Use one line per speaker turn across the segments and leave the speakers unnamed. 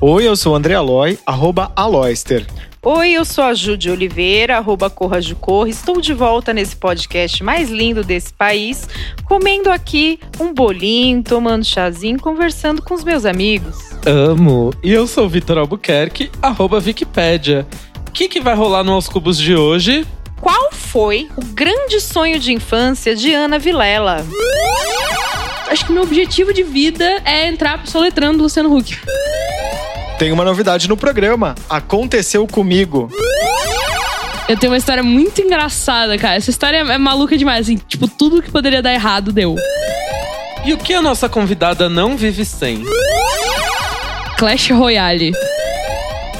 Oi, eu sou o André Aloy, arroba Aloyster.
Oi, eu sou a Ju de Oliveira, arroba Corra Ju Corra. Estou de volta nesse podcast mais lindo desse país, comendo aqui um bolinho, tomando chazinho, conversando com os meus amigos.
Amo! E eu sou o Vitor Albuquerque, arroba Wikipédia. O que, que vai rolar no Aos Cubos de hoje?
Qual foi o grande sonho de infância de Ana Vilela?
Acho que meu objetivo de vida é entrar soletrando Luciano Huck.
Tem uma novidade no programa. Aconteceu comigo.
Eu tenho uma história muito engraçada, cara. Essa história é maluca demais. Assim, tipo, tudo que poderia dar errado deu.
E o que a nossa convidada não vive sem?
Clash Royale.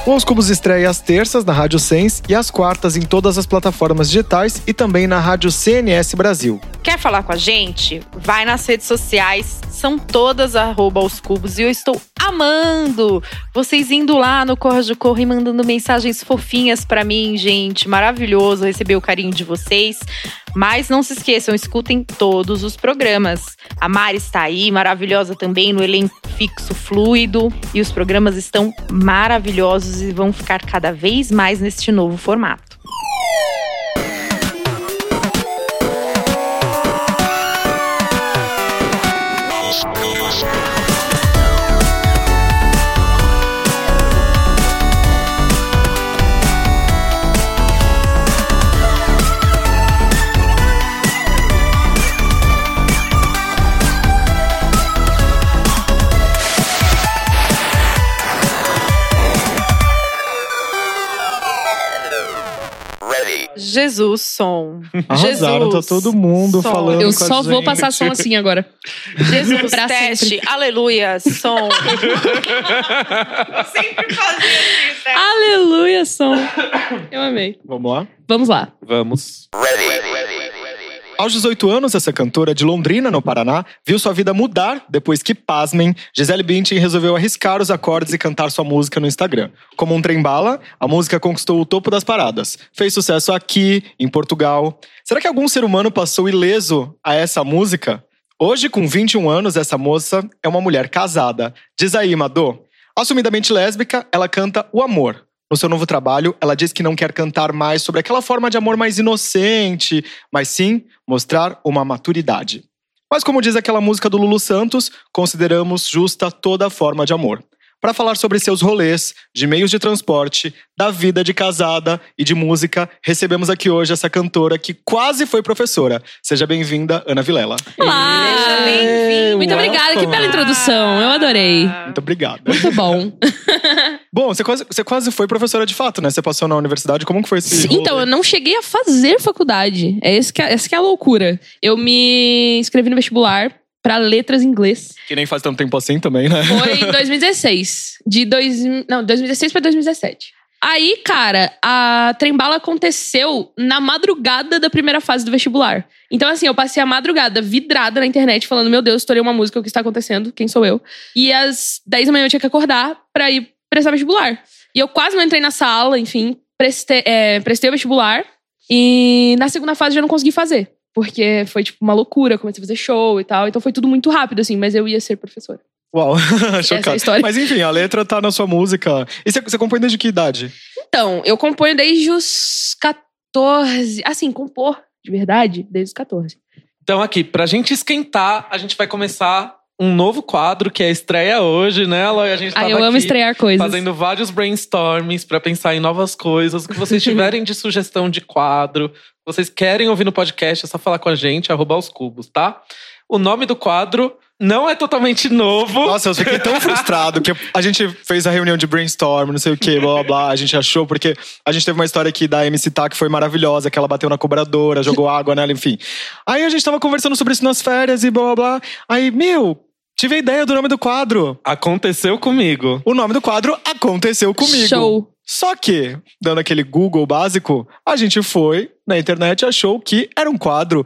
O Aos Cubos estreia às terças na Rádio Sens e às quartas em todas as plataformas digitais e também na Rádio CNS Brasil.
Quer falar com a gente? Vai nas redes sociais, são todas arroba aos cubos e eu estou amando vocês indo lá no Corra de Corra e mandando mensagens fofinhas pra mim, gente. Maravilhoso receber o carinho de vocês. Mas não se esqueçam, escutem todos os programas. A Mari está aí, maravilhosa também, no elenco fixo fluido. E os programas estão maravilhosos e vão ficar cada vez mais neste novo formato. Jesus, som.
Arrasaram,
Jesus.
tá todo mundo
Som.
falando
Eu
com a
só vou
gente.
passar som assim agora.
Jesus,
Pra
teste,
sempre.
aleluia, som. sempre fazia isso, né?
Aleluia, som. Eu amei.
Vamos lá?
Vamos lá.
Vamos.
Aos 18 anos, essa cantora de Londrina, no Paraná, viu sua vida mudar depois que, pasmem, Gisele Bündchen resolveu arriscar os acordes e cantar sua música no Instagram. Como um trem-bala, a música conquistou o topo das paradas. Fez sucesso aqui, em Portugal. Será que algum ser humano passou ileso a essa música? Hoje, com 21 anos, essa moça é uma mulher casada. Diz aí, Madô. Assumidamente lésbica, ela canta O Amor. No seu novo trabalho, ela diz que não quer cantar mais sobre aquela forma de amor mais inocente, mas sim mostrar uma maturidade. Mas como diz aquela música do Lulu Santos, consideramos justa toda forma de amor. Para falar sobre seus rolês, de meios de transporte, da vida de casada e de música, recebemos aqui hoje essa cantora que quase foi professora. Seja bem-vinda, Ana Vilela.
Olá!
Seja bem-vindo.
Ah, Muito obrigada, que bela introdução. Eu adorei.
Muito obrigada.
Muito bom.
Bom, você quase, você quase foi professora de fato, né? Você passou na universidade, como que foi esse
Sim,
rolê?
Então, eu não cheguei a fazer faculdade. É esse que é, essa que é a loucura. Eu me inscrevi no vestibular pra letras em inglês.
Que nem faz tanto tempo assim também, né?
Foi em 2016. De dois, não, 2016 pra 2017. Aí, cara, a trembala aconteceu na madrugada da primeira fase do vestibular. Então, assim, eu passei a madrugada vidrada na internet, falando: Meu Deus, estourei uma música, o que está acontecendo? Quem sou eu? E às 10 da manhã eu tinha que acordar pra ir prestar vestibular. E eu quase não entrei na sala, enfim, prestei, é, prestei o vestibular. E na segunda fase eu já não consegui fazer. Porque foi, tipo, uma loucura, comecei a fazer show e tal. Então foi tudo muito rápido, assim, mas eu ia ser professora.
Uau,
Essa é a
chocado.
história.
Mas enfim, a letra tá na sua música. E você, você compõe desde que idade?
Então, eu componho desde os 14. Assim, compor de verdade, desde os 14.
Então, aqui, pra gente esquentar, a gente vai começar um novo quadro que é a estreia hoje, né, Eloy? A gente tava
Ah, eu amo
aqui
estrear coisas.
fazendo vários brainstorms pra pensar em novas coisas. O que vocês tiverem de sugestão de quadro, que vocês querem ouvir no podcast, é só falar com a gente, arroba os cubos, tá? O nome do quadro não é totalmente novo.
Nossa, eu fiquei tão frustrado que a gente fez a reunião de brainstorm, não sei o que, blá blá blá. A gente achou, porque a gente teve uma história aqui da MC Tá que foi maravilhosa, que ela bateu na cobradora, jogou água nela, enfim. Aí a gente tava conversando sobre isso nas férias e blá blá blá. Aí, meu, tive a ideia do nome do quadro.
Aconteceu comigo.
O nome do quadro aconteceu comigo.
Show.
Só que, dando aquele Google básico, a gente foi na internet e achou que era um quadro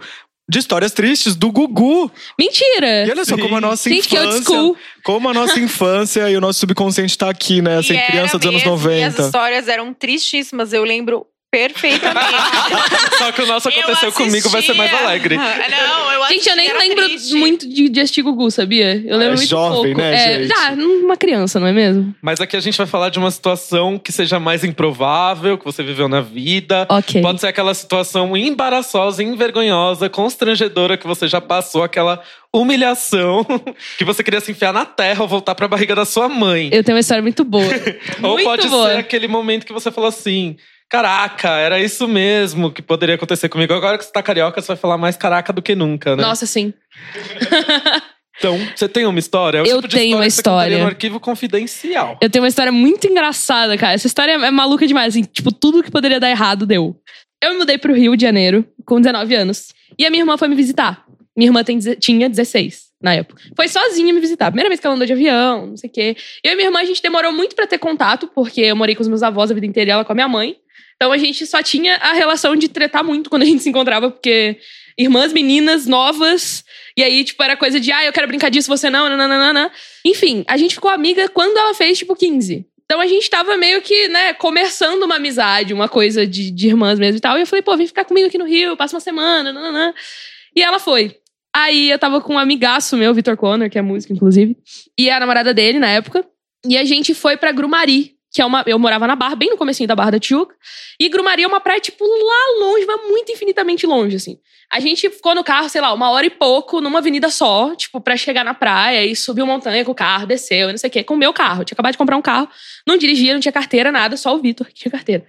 de histórias tristes do Gugu. E
Mentira!
olha só como a nossa
Gente, que old
infância.
school.
Como a nossa infância e o nosso subconsciente tá aqui, né? Essa
E
assim,
é
era
criança dos anos
mesmo, e as
90.
histórias eram tristíssimas, eu lembro perfeitamente.
Só que o nosso
Eu
aconteceu comigo vai ser mais
assistia-
alegre.
Não, eu antes
Gente, eu nem
era
lembro
triste.
muito de, de Astigo Gu, sabia? Eu lembro
É
muito
jovem,
pouco.
né, gente?
Ah, uma criança, não é mesmo?
Mas aqui a gente vai falar de uma situação que seja mais improvável, que você viveu na vida.
Ok.
Pode ser aquela situação embaraçosa, envergonhosa, constrangedora que você já passou, aquela humilhação que você queria se enfiar na terra ou voltar pra barriga da sua mãe.
Eu tenho uma história muito boa.
ou
É muito
pode
boa.
ser aquele momento que você falou assim: caraca, era isso mesmo que poderia acontecer comigo. Agora que você tá carioca, você vai falar mais caraca do que nunca, né?
Nossa, sim.
Então, você tem uma história? É o
Eu
tipo de
tenho uma
que você contaria
história.
no arquivo confidencial.
Eu tenho uma história muito engraçada, cara. Essa história é maluca demais. Assim, tipo, tudo que poderia dar errado deu. Eu me mudei pro Rio de Janeiro com 19 anos. E a minha irmã foi me visitar. Minha irmã tem, deze- tinha 16 na época. Foi sozinha me visitar. Primeira vez que ela andou de avião, não sei o quê. Eu e minha irmã, a gente demorou muito pra ter contato, porque eu morei com os meus avós a vida inteira e ela com a minha mãe. Então a gente só tinha a relação de tretar muito quando a gente se encontrava, porque irmãs meninas novas. E aí, tipo, era coisa de, ah, eu quero brincar disso, você não, nananana. Enfim, a gente ficou amiga quando ela fez, tipo, 15. Então a gente tava meio que, né, começando uma amizade, uma coisa de, de irmãs mesmo e tal. E eu falei, pô, vem ficar comigo aqui no Rio, passa uma semana, nananã. E ela foi. Aí eu tava com um amigaço meu, Vitor Connor, que é músico, inclusive, e é a namorada dele na época. E a gente foi pra Grumari, que é uma. Eu morava na Barra, bem no comecinho da Barra da Tijuca. E Grumari é uma praia, tipo, lá longe, mas muito infinitamente longe, assim. A gente ficou no carro, sei lá, uma hora e pouco, numa avenida só, tipo, pra chegar na praia e subiu montanha com o carro, desceu, e não sei o quê, com o meu carro. Eu tinha acabado de comprar um carro, não dirigia, não tinha carteira, nada, só o Vitor que tinha carteira.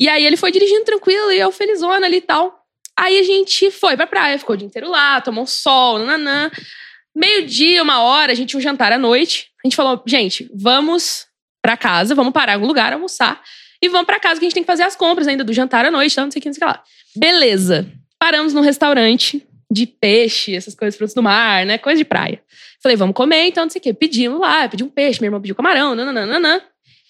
E aí ele foi dirigindo tranquilo e eu felizona ali e tal. Aí a gente foi pra praia, ficou o dia inteiro lá, tomou um sol, nananã. Meio-dia, uma hora, a gente tinha um jantar à noite. A gente falou, gente, vamos pra casa, vamos parar em algum lugar, almoçar. E vamos pra casa que a gente tem que fazer as compras ainda do jantar à noite, tal, não sei o que, não sei o que lá. Beleza. Paramos num restaurante de peixe, essas coisas, frutos do mar, né? Coisa de praia. Falei, vamos comer, então, não sei o quê. Pedimos lá, pedi um peixe, minha irmã pediu camarão, nananana.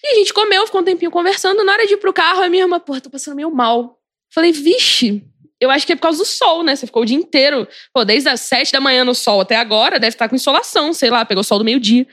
E a gente comeu, ficou um tempinho conversando. Na hora de ir pro carro, a minha irmã, porra, tô passando meio mal. Falei, vixe, eu acho que é por causa do sol, né? Você ficou o dia inteiro, pô, desde as sete da manhã no sol até agora, deve estar com insolação, sei lá, pegou sol do meio-dia.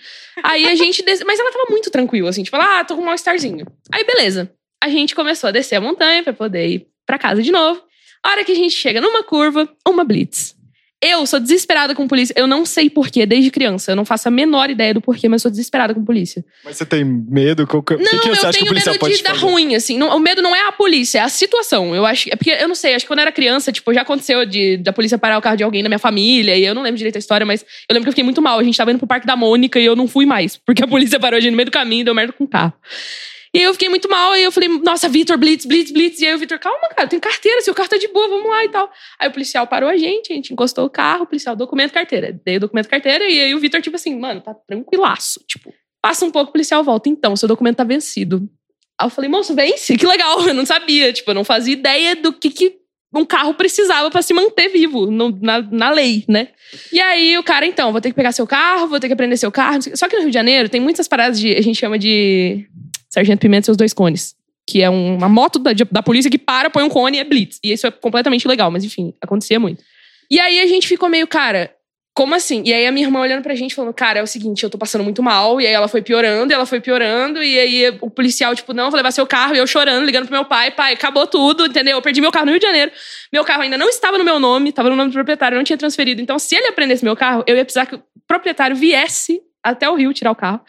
Aí a gente. des- Mas ela tava muito tranquila, assim, tipo, ah, tô com um mal-estarzinho. Aí, beleza. A gente começou a descer a montanha pra poder ir pra casa de novo. A hora que a gente chega numa curva, uma blitz. Eu sou desesperada com polícia. Eu não sei porquê desde criança. Eu não faço a menor ideia do porquê, mas eu sou desesperada com polícia.
Mas você tem medo? O que,
Não,
que
eu
você acha que o
tenho
policial
medo
pode
de
te
dar
fazer?
ruim, assim. Não- o medo não é a polícia, é a situação. Eu acho. É porque eu não sei, acho que quando eu era criança, tipo, já aconteceu de, da polícia parar o carro de alguém da minha família, e eu não lembro direito a história, mas eu lembro que eu fiquei muito mal. A gente tava indo pro Parque da Mônica e eu não fui mais, porque a polícia parou a gente no meio do caminho e deu merda com o carro. E aí eu fiquei muito mal, e eu falei, nossa, Vitor, blitz, blitz, blitz. E aí o Vitor, calma, cara, eu tenho carteira, seu carro tá de boa, vamos lá e tal. Aí o policial parou a gente, a gente encostou o carro, o policial, documento, carteira. Dei o documento, carteira, e aí o Vitor, tipo assim, mano, tá tranquilaço. Tipo, passa um pouco, o policial volta. Então, seu documento tá vencido. Aí eu falei, moço, vence? Que legal, eu não sabia. Tipo, eu não fazia ideia do que, que um carro precisava pra se manter vivo no- na, na lei, né? E aí o cara, então, vou ter que pegar seu carro, vou ter que aprender seu carro. não sei o quê. Só que no Rio de Janeiro tem muitas paradas de. A gente chama de Sargento Pimenta e seus dois cones. Que é um- uma moto da, da polícia que para, põe um cone e é blitz. E isso é completamente legal, mas enfim, acontecia muito. E aí a gente ficou meio, cara, como assim? E aí a minha irmã olhando pra gente falando, cara, é o seguinte, eu tô passando muito mal. E aí ela foi piorando, ela foi piorando. E aí o policial, tipo, não, vou levar seu carro. E eu chorando, ligando pro meu pai. Pai, acabou tudo, entendeu? Eu perdi meu carro no Rio de Janeiro. Meu carro ainda não estava no meu nome, estava no nome do proprietário, eu não tinha transferido. Então se ele aprendesse meu carro, eu ia precisar que o proprietário viesse até o Rio tirar o carro.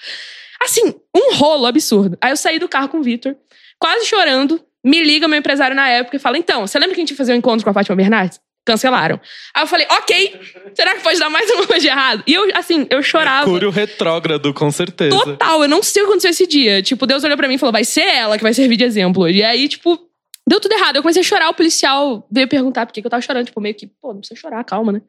Assim, um rolo absurdo. Aí eu saí do carro com o Vitor, quase chorando. Me liga meu empresário na época e fala, então, você lembra que a gente ia fazer um encontro com a Fátima Bernardes? Cancelaram. Aí eu falei, ok, será que pode dar mais alguma coisa de errado? E eu, assim, eu chorava.
Cúrio retrógrado, com certeza.
Total, eu não sei o que aconteceu esse dia. Tipo, Deus olhou pra mim e falou: vai ser ela que vai servir de exemplo. E aí, tipo, deu tudo errado. Eu comecei a chorar, o policial veio perguntar por que que eu tava chorando. Tipo, meio que, pô, não precisa chorar, calma, né?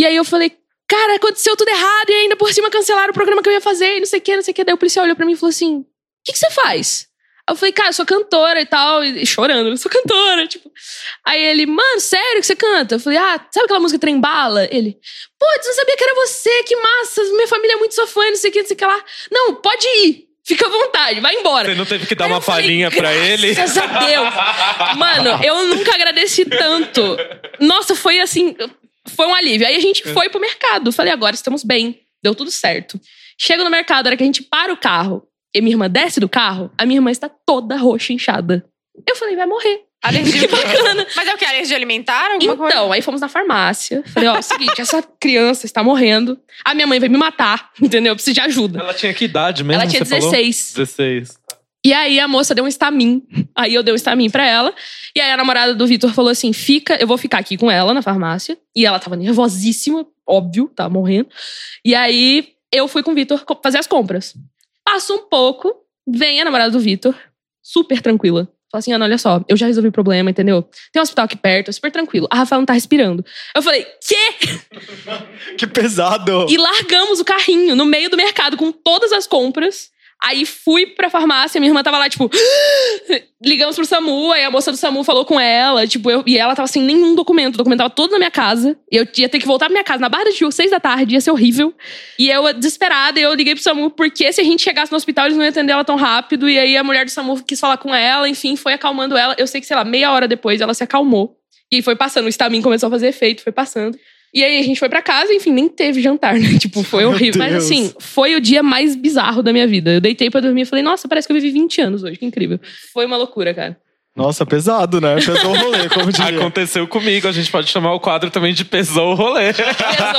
E aí eu falei, cara, aconteceu tudo errado e ainda por cima cancelaram o programa que eu ia fazer e não sei o que, não sei o que. Daí o policial olhou pra mim e falou assim: o que, que você faz? Aí Eu falei, cara, eu sou cantora e tal, e e chorando, eu sou cantora, tipo. Aí ele, mano, sério que você canta? Eu falei, ah, sabe aquela música Trembala? Ele, putz, não sabia que era você, que massa, minha família é muito sua fã, não sei o que, não sei o que lá. Não, pode ir, fica à vontade, vai embora.
Você não teve que dar
Aí
uma
eu falei,
palhinha pra ele?
Graças a Deus. Mano, eu nunca agradeci tanto. Nossa, foi assim, foi um alívio. Aí a gente foi pro mercado. Falei, agora estamos bem. Deu tudo certo. Chego no mercado, a hora que a gente para o carro e minha irmã desce do carro, a minha irmã está toda roxa, inchada. Eu falei, vai morrer.
Alergia.
Que bacana.
Mas é o que? Alergia alimentar? Alguma coisa?
Então, aí fomos na farmácia. Falei, ó, é o seguinte, essa criança está morrendo. A minha mãe vai me matar, entendeu? Eu preciso de ajuda.
Ela tinha que idade mesmo?
Ela tinha
você falou?
16.
16.
E aí a moça deu um estamin. Aí eu dei um estamin pra ela. E aí a namorada do Vitor falou assim: fica, eu vou ficar aqui com ela na farmácia. E ela tava nervosíssima, óbvio, tava morrendo. E aí eu fui com o Vitor co- fazer as compras. Passa um pouco, vem a namorada do Vitor, super tranquila. Fala assim, Ana, olha só, eu já resolvi o problema, entendeu? Tem um hospital aqui perto, é super tranquilo. A Rafaela não tá respirando. Eu falei, quê?
Que pesado.
E largamos o carrinho no meio do mercado com todas as compras. Aí fui pra farmácia, minha irmã tava lá, tipo, ligamos pro SAMU, aí a moça do SAMU falou com ela, tipo, eu, e ela tava sem nenhum documento, o documento tava todo na minha casa, e eu ia ter que voltar pra minha casa na barra de jogo, seis da tarde, ia ser horrível. E eu, desesperada, eu liguei pro SAMU, porque se a gente chegasse no hospital, eles não iam atender ela tão rápido, e aí a mulher do SAMU quis falar com ela, enfim, foi acalmando ela. Eu sei que, sei lá, meia hora depois ela se acalmou, e aí foi passando, o estamin começou a fazer efeito, foi passando. E aí a gente foi pra casa, enfim, nem teve jantar, né? Tipo, foi
Meu
horrível. Mas
Deus.
assim, foi o dia mais bizarro da minha vida. Eu deitei pra dormir e falei, nossa, parece que eu vivi 20 anos hoje, que incrível. Foi uma loucura, cara.
Nossa, pesado, né? Pesou o rolê, como diria.
Aconteceu comigo, a gente pode chamar o quadro também de pesou o rolê.
Pesou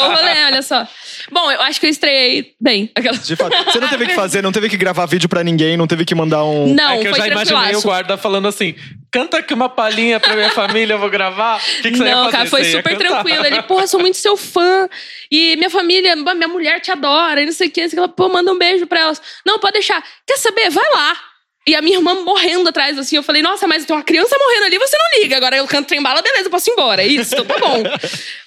o rolê, olha só. Bom, eu acho que eu estreiei bem. Aquela...
É
De fato. Você não teve que fazer, não teve que gravar vídeo pra ninguém, não teve que mandar um.
Não,
é que eu
foi
já imaginei o
tranquilaço.
guarda falando assim: canta aqui uma palhinha pra minha família, eu vou gravar. O que, que você ia
Não,
fazer?
cara, foi
Você ia
super
cantar.
tranquilo. Ele, porra, sou muito seu fã. E minha família, minha mulher te adora, e não sei o que, não sei o que. Pô, manda um beijo pra elas. Não, pode deixar. Quer saber? Vai lá. E a minha irmã morrendo atrás, assim. Eu falei, nossa, mas tem uma criança morrendo ali, você não liga. Agora eu canto trembala, beleza, eu posso ir embora. É isso, então tá bom.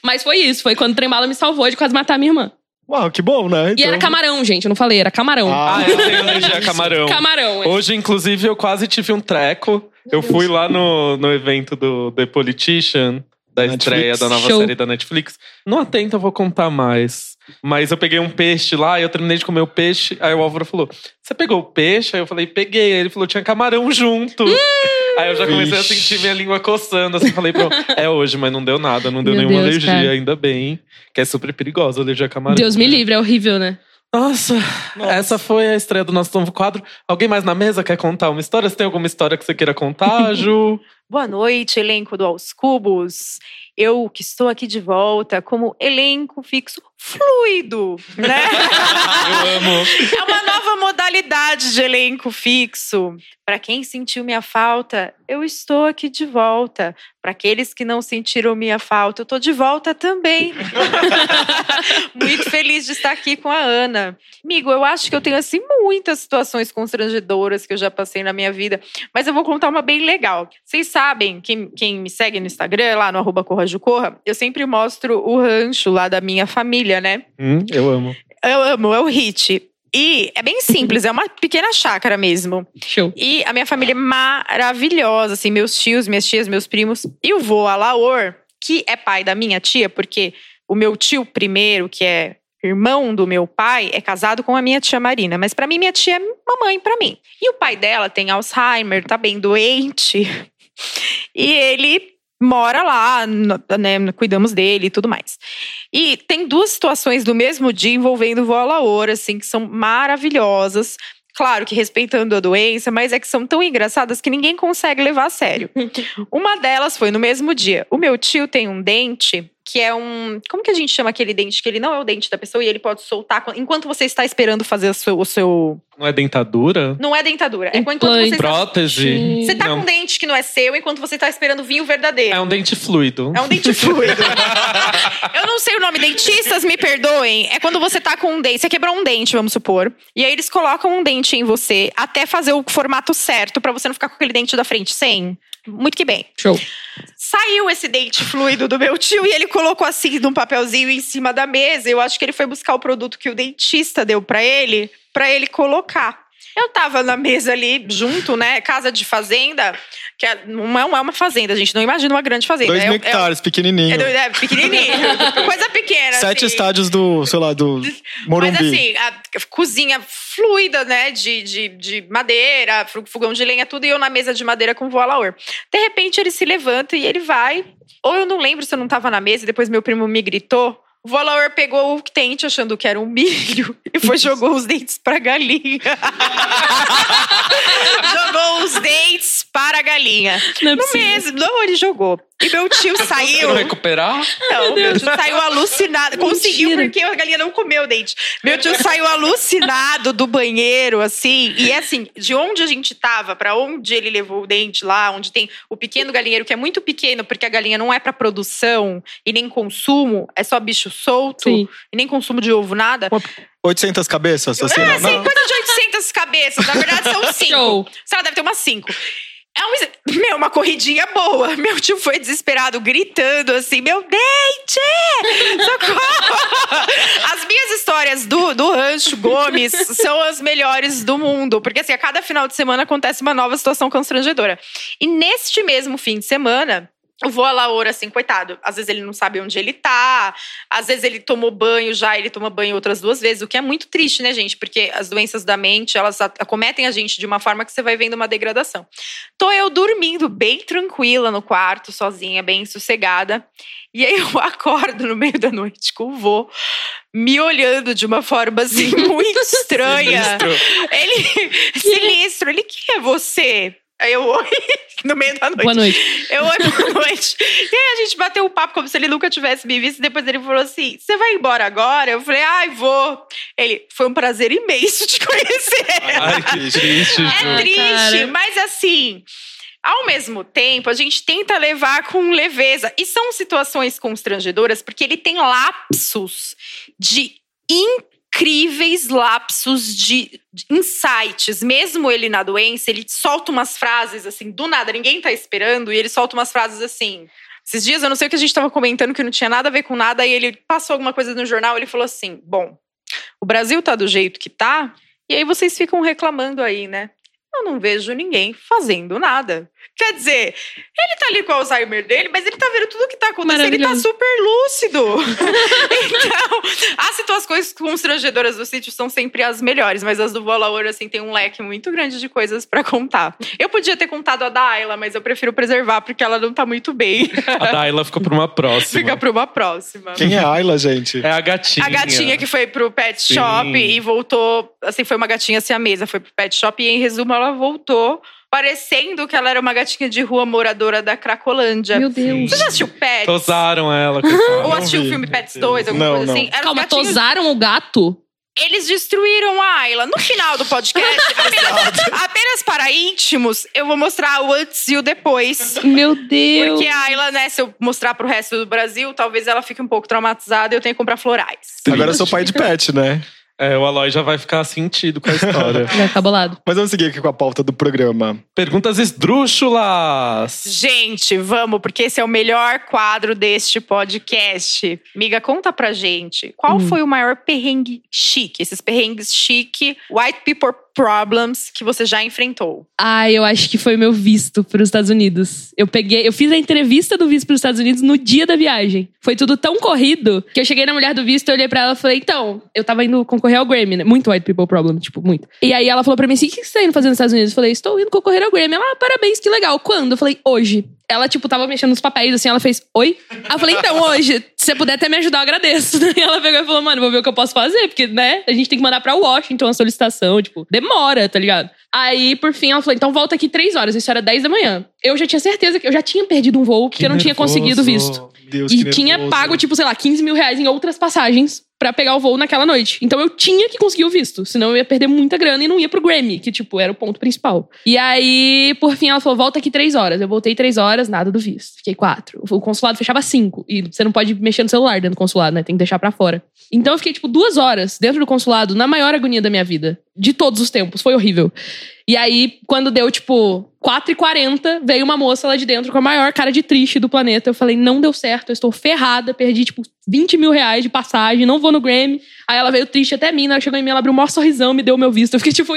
mas foi isso, foi quando o trembala me salvou de quase matar a minha irmã.
Uau, que bom, né?
E
Então-
era camarão, gente, eu não falei, era camarão.
Ah,
Ah, eu tenho alergia a camarão.
Camarão. é.
Hoje, inclusive, eu quase tive um treco. Eu fui lá no, no evento do The Politician, da
Netflix.
estreia da nova
Show.
série da Netflix. Não atenta, eu vou contar mais. Mas eu peguei um peixe lá, eu terminei de comer o peixe. Aí o Álvaro falou: Você pegou o peixe? Aí eu falei: Peguei. Aí ele falou: Tinha camarão junto.
Hum!
Aí eu já comecei a
Vixe.
sentir minha língua coçando. Assim, falei: Pronto, é hoje, mas não deu nada, não deu
Meu
nenhuma
Deus,
alergia,
cara.
ainda bem. Que é super perigosa a alergia a camarão.
Deus me
né?
livre, é horrível, né?
Nossa, essa foi a estreia do nosso novo quadro. Alguém mais na mesa quer contar uma história? Você tem alguma história que você queira contar, Ju?
Boa noite, elenco do Aos Cubos. Eu que estou aqui de volta como elenco fixo fluido, né?
Eu amo.
É uma nova modalidade de elenco fixo. Para quem sentiu minha falta, eu estou aqui de volta. Para aqueles que não sentiram minha falta, eu estou de volta também. Muito feliz de estar aqui com a Ana. Amigo, eu acho que eu tenho assim muitas situações constrangedoras que eu já passei na minha vida, mas eu vou contar uma bem legal. Vocês sabem, quem, quem me segue no Instagram, lá no arroba Corra Ju Corra, eu sempre mostro o rancho lá da minha família, né?
Hum, eu amo.
Eu amo, é o hit. E é bem simples, é uma pequena chácara mesmo.
Show.
E a minha família é maravilhosa, assim, meus tios, minhas tias, meus primos. E o vô Alaor, que é pai da minha tia, porque o meu tio primeiro, que é irmão do meu pai, é casado com a minha tia Marina. Mas pra mim, minha tia é mamãe pra mim. E o pai dela tem Alzheimer, tá bem doente. E ele mora lá, no- né, cuidamos dele e tudo mais. E tem duas situações do mesmo dia envolvendo vó Laor, assim, que são maravilhosas. Claro que respeitando a doença, mas é que são tão engraçadas que ninguém consegue levar a sério. Uma delas foi no mesmo dia. O meu tio tem um dente que é um. Como que a gente chama aquele dente? Que ele não é o dente da pessoa e ele pode soltar quan- enquanto você está esperando fazer o seu. o seu-
Não é dentadura?
Não é dentadura. É enquanto
Implante.
você está.
Prótese?
Você tá
Não.
com um dente que não é seu enquanto você está esperando vir o verdadeiro.
É um dente fluido.
É um dente fluido. Eu não sei o nome. Dentistas, me perdoem. É quando você tá com um dente. Você quebrou um dente, vamos supor. E aí eles colocam um dente em você até fazer o formato certo pra você não ficar com aquele dente da frente sem. Muito que bem.
Show.
Saiu esse dente fluido do meu tio e ele colocou assim num papelzinho em cima da mesa. Eu acho que ele foi buscar o produto que o dentista deu pra ele, pra ele colocar. Eu tava na mesa ali junto, né? Casa de fazenda, que é- não é não é uma fazenda, gente. Não imagina uma grande fazenda.
Dois
É-
mil
é,
hectares, pequenininho.
é, do- é pequenininho. coisa pequena.
Sete
assim.
estádios do, sei lá, do Morumbi.
Mas assim, a cozinha fluida, né? De, de, de madeira, fru- fogão de lenha, tudo. E eu na mesa de madeira com o Voalaor. De repente ele se levanta e ele vai. Ou eu não lembro se eu não tava na mesa e depois meu primo me gritou. O Voalaor pegou o dente achando que era um milho e foi jogou os dentes pra galinha. jogou os dentes para a galinha.
Não é
No
possível.
mês, não, ele jogou. E meu tio saiu.
Pra recuperar?
Não, meu tio saiu alucinado. Conseguiu
Mentira.
porque a galinha não comeu o dente. Meu tio saiu alucinado do banheiro, assim. E assim, de onde a gente tava, pra onde ele levou o dente lá, onde tem o pequeno galinheiro, que é muito pequeno, porque a galinha não é pra produção e nem consumo, é só bicho solto,
Sim.
e nem consumo de ovo, nada.
800 cabeças, assim,
Ah,
não.
assim,
não.
coisa de 800 cabeças. Na verdade, são cinco.
Show.
Sei lá, deve ter umas cinco. É um, ex- meu, uma corridinha boa. Meu tio foi desesperado, gritando assim: Meu dente! Socorro! As minhas histórias do, do Rancho Gomes são as melhores do mundo. Porque assim, a cada final de semana acontece uma nova situação constrangedora. E neste mesmo fim de semana. Eu vou a Laura, assim, coitado. Às vezes ele não sabe onde ele tá, às vezes ele tomou banho já, ele toma banho outras duas vezes, o que é muito triste, né, gente? Porque as doenças da mente, elas a- acometem a gente de uma forma que você vai vendo uma degradação. Tô eu dormindo bem tranquila no quarto, sozinha, bem sossegada. E aí eu acordo no meio da noite com o vô me olhando de uma forma assim muito estranha. Ele sinistro, ele quem é você? Aí eu oi no meio da noite.
Boa noite.
Eu, oi, boa noite. E aí a gente bateu um papo como se ele nunca tivesse me visto. E depois ele falou assim: Você vai embora agora? Eu falei: Ai, vou. Ele, foi um prazer imenso te conhecer.
Ai, que triste, Ju.
É triste,
cara.
mas assim. Ao mesmo tempo, a gente tenta levar com leveza. E são situações constrangedoras, porque ele tem lapsos de incríveis lapsos de, de insights. Mesmo ele na doença, ele solta umas frases assim, do nada, ninguém tá esperando, e ele solta umas frases assim. Esses dias eu não sei o que a gente tava comentando que não tinha nada a ver com nada, e ele passou alguma coisa no jornal, ele falou assim: "Bom, o Brasil tá do jeito que tá, e aí vocês ficam reclamando aí, né? Eu não vejo ninguém fazendo nada. Quer dizer, ele tá ali com o Alzheimer dele, mas ele tá vendo tudo que tá acontecendo, ele tá
Maravilhoso.
super lúcido. então, as situações constrangedoras do sítio são sempre as melhores, mas as do Vola Ouro, assim, tem um leque muito grande de coisas pra contar. Eu podia ter contado a da Ayla, mas eu prefiro preservar porque ela não tá muito bem.
A Daila ficou pra uma próxima.
Fica pra uma próxima.
Quem é a Ayla, gente?
É a gatinha.
A gatinha que foi pro pet
Sim.
shop e voltou. Assim, foi uma gatinha assim, a mesa foi pro pet shop e, em resumo, ela voltou parecendo que ela era uma gatinha de rua moradora da Cracolândia.
Meu Deus.
Você já assistiu Pets?
Tosaram ela. coitada.
Ou assistiu o
vi,
filme
meu
Pets 2, alguma
Não,
coisa
não.
assim? Eram
Calma,
gatinhos-
tosaram o gato?
Eles destruíram a Ayla. No final do podcast, apenas, apenas para íntimos, eu vou mostrar o antes e o depois.
Meu Deus.
Porque a Ayla, né, se eu mostrar pro resto do Brasil, talvez ela fique um pouco traumatizada e eu tenho que comprar florais.
Agora eu sou pai de pet, né?
É, o Aloy já vai ficar sentido com a história.
Vai ficar tá bolado.
Mas vamos seguir aqui com a pauta do programa.
Perguntas esdrúxulas.
Gente, vamos, porque esse é o melhor quadro deste podcast. Miga, conta pra gente. Qual
Hum.
foi o maior perrengue chique? Esses perrengues chique, white people problems que você já enfrentou?
Ah, eu acho que foi meu visto para os Estados Unidos. Eu peguei, eu fiz a entrevista do visto para os Estados Unidos no dia da viagem. Foi tudo tão corrido que eu cheguei na mulher do visto, eu olhei pra ela e falei: "Então, eu tava indo concorrer ao Grammy, né? Muito white people problem, tipo, muito". E aí ela falou pra mim assim: "O que que você tá indo fazer nos Estados Unidos?" Eu falei: "Estou indo concorrer ao Grammy". Ela: ah, "Parabéns, que legal. Quando?" Eu falei: "Hoje". Ela, tipo, tava mexendo nos papéis, assim, ela fez, oi? Aí Eu falei, então, hoje, se você puder até me ajudar, eu agradeço. E ela pegou e falou, mano, vou ver o que eu posso fazer, porque, né, a gente tem que mandar pra Washington a solicitação, tipo, demora, tá ligado? Aí, por fim, ela falou, então volta aqui três horas, isso era 10 da manhã. Eu já tinha certeza que eu já tinha perdido um voo, porque eu não tinha
nervoso.
conseguido visto.
Deus,
e
que né?
tinha
nervoso.
pago, tipo, sei lá, 15 mil reais em outras passagens pra pegar o voo naquela noite. Então eu tinha que conseguir o visto, senão eu ia perder muita grana e não ia pro Grammy, que, tipo, era o ponto principal. E aí, por fim, ela falou: volta aqui três horas. Eu voltei três horas, nada do visto. Fiquei quatro. O consulado fechava às cinco. E você não pode mexer no celular dentro do consulado, né? Tem que deixar pra fora. Então eu fiquei, tipo, duas horas dentro do consulado, na maior agonia da minha vida. De todos os tempos. Foi horrível. E aí, quando deu, tipo, 4h40, veio uma moça lá de dentro com a maior cara de triste do planeta. Eu falei, não deu certo, eu estou ferrada, perdi, tipo, 20 mil reais de passagem, não vou no Grammy. Aí ela veio triste até mim, né? ela chegou em mim, ela abriu o maior sorrisão, me deu o meu visto. Eu fiquei tipo,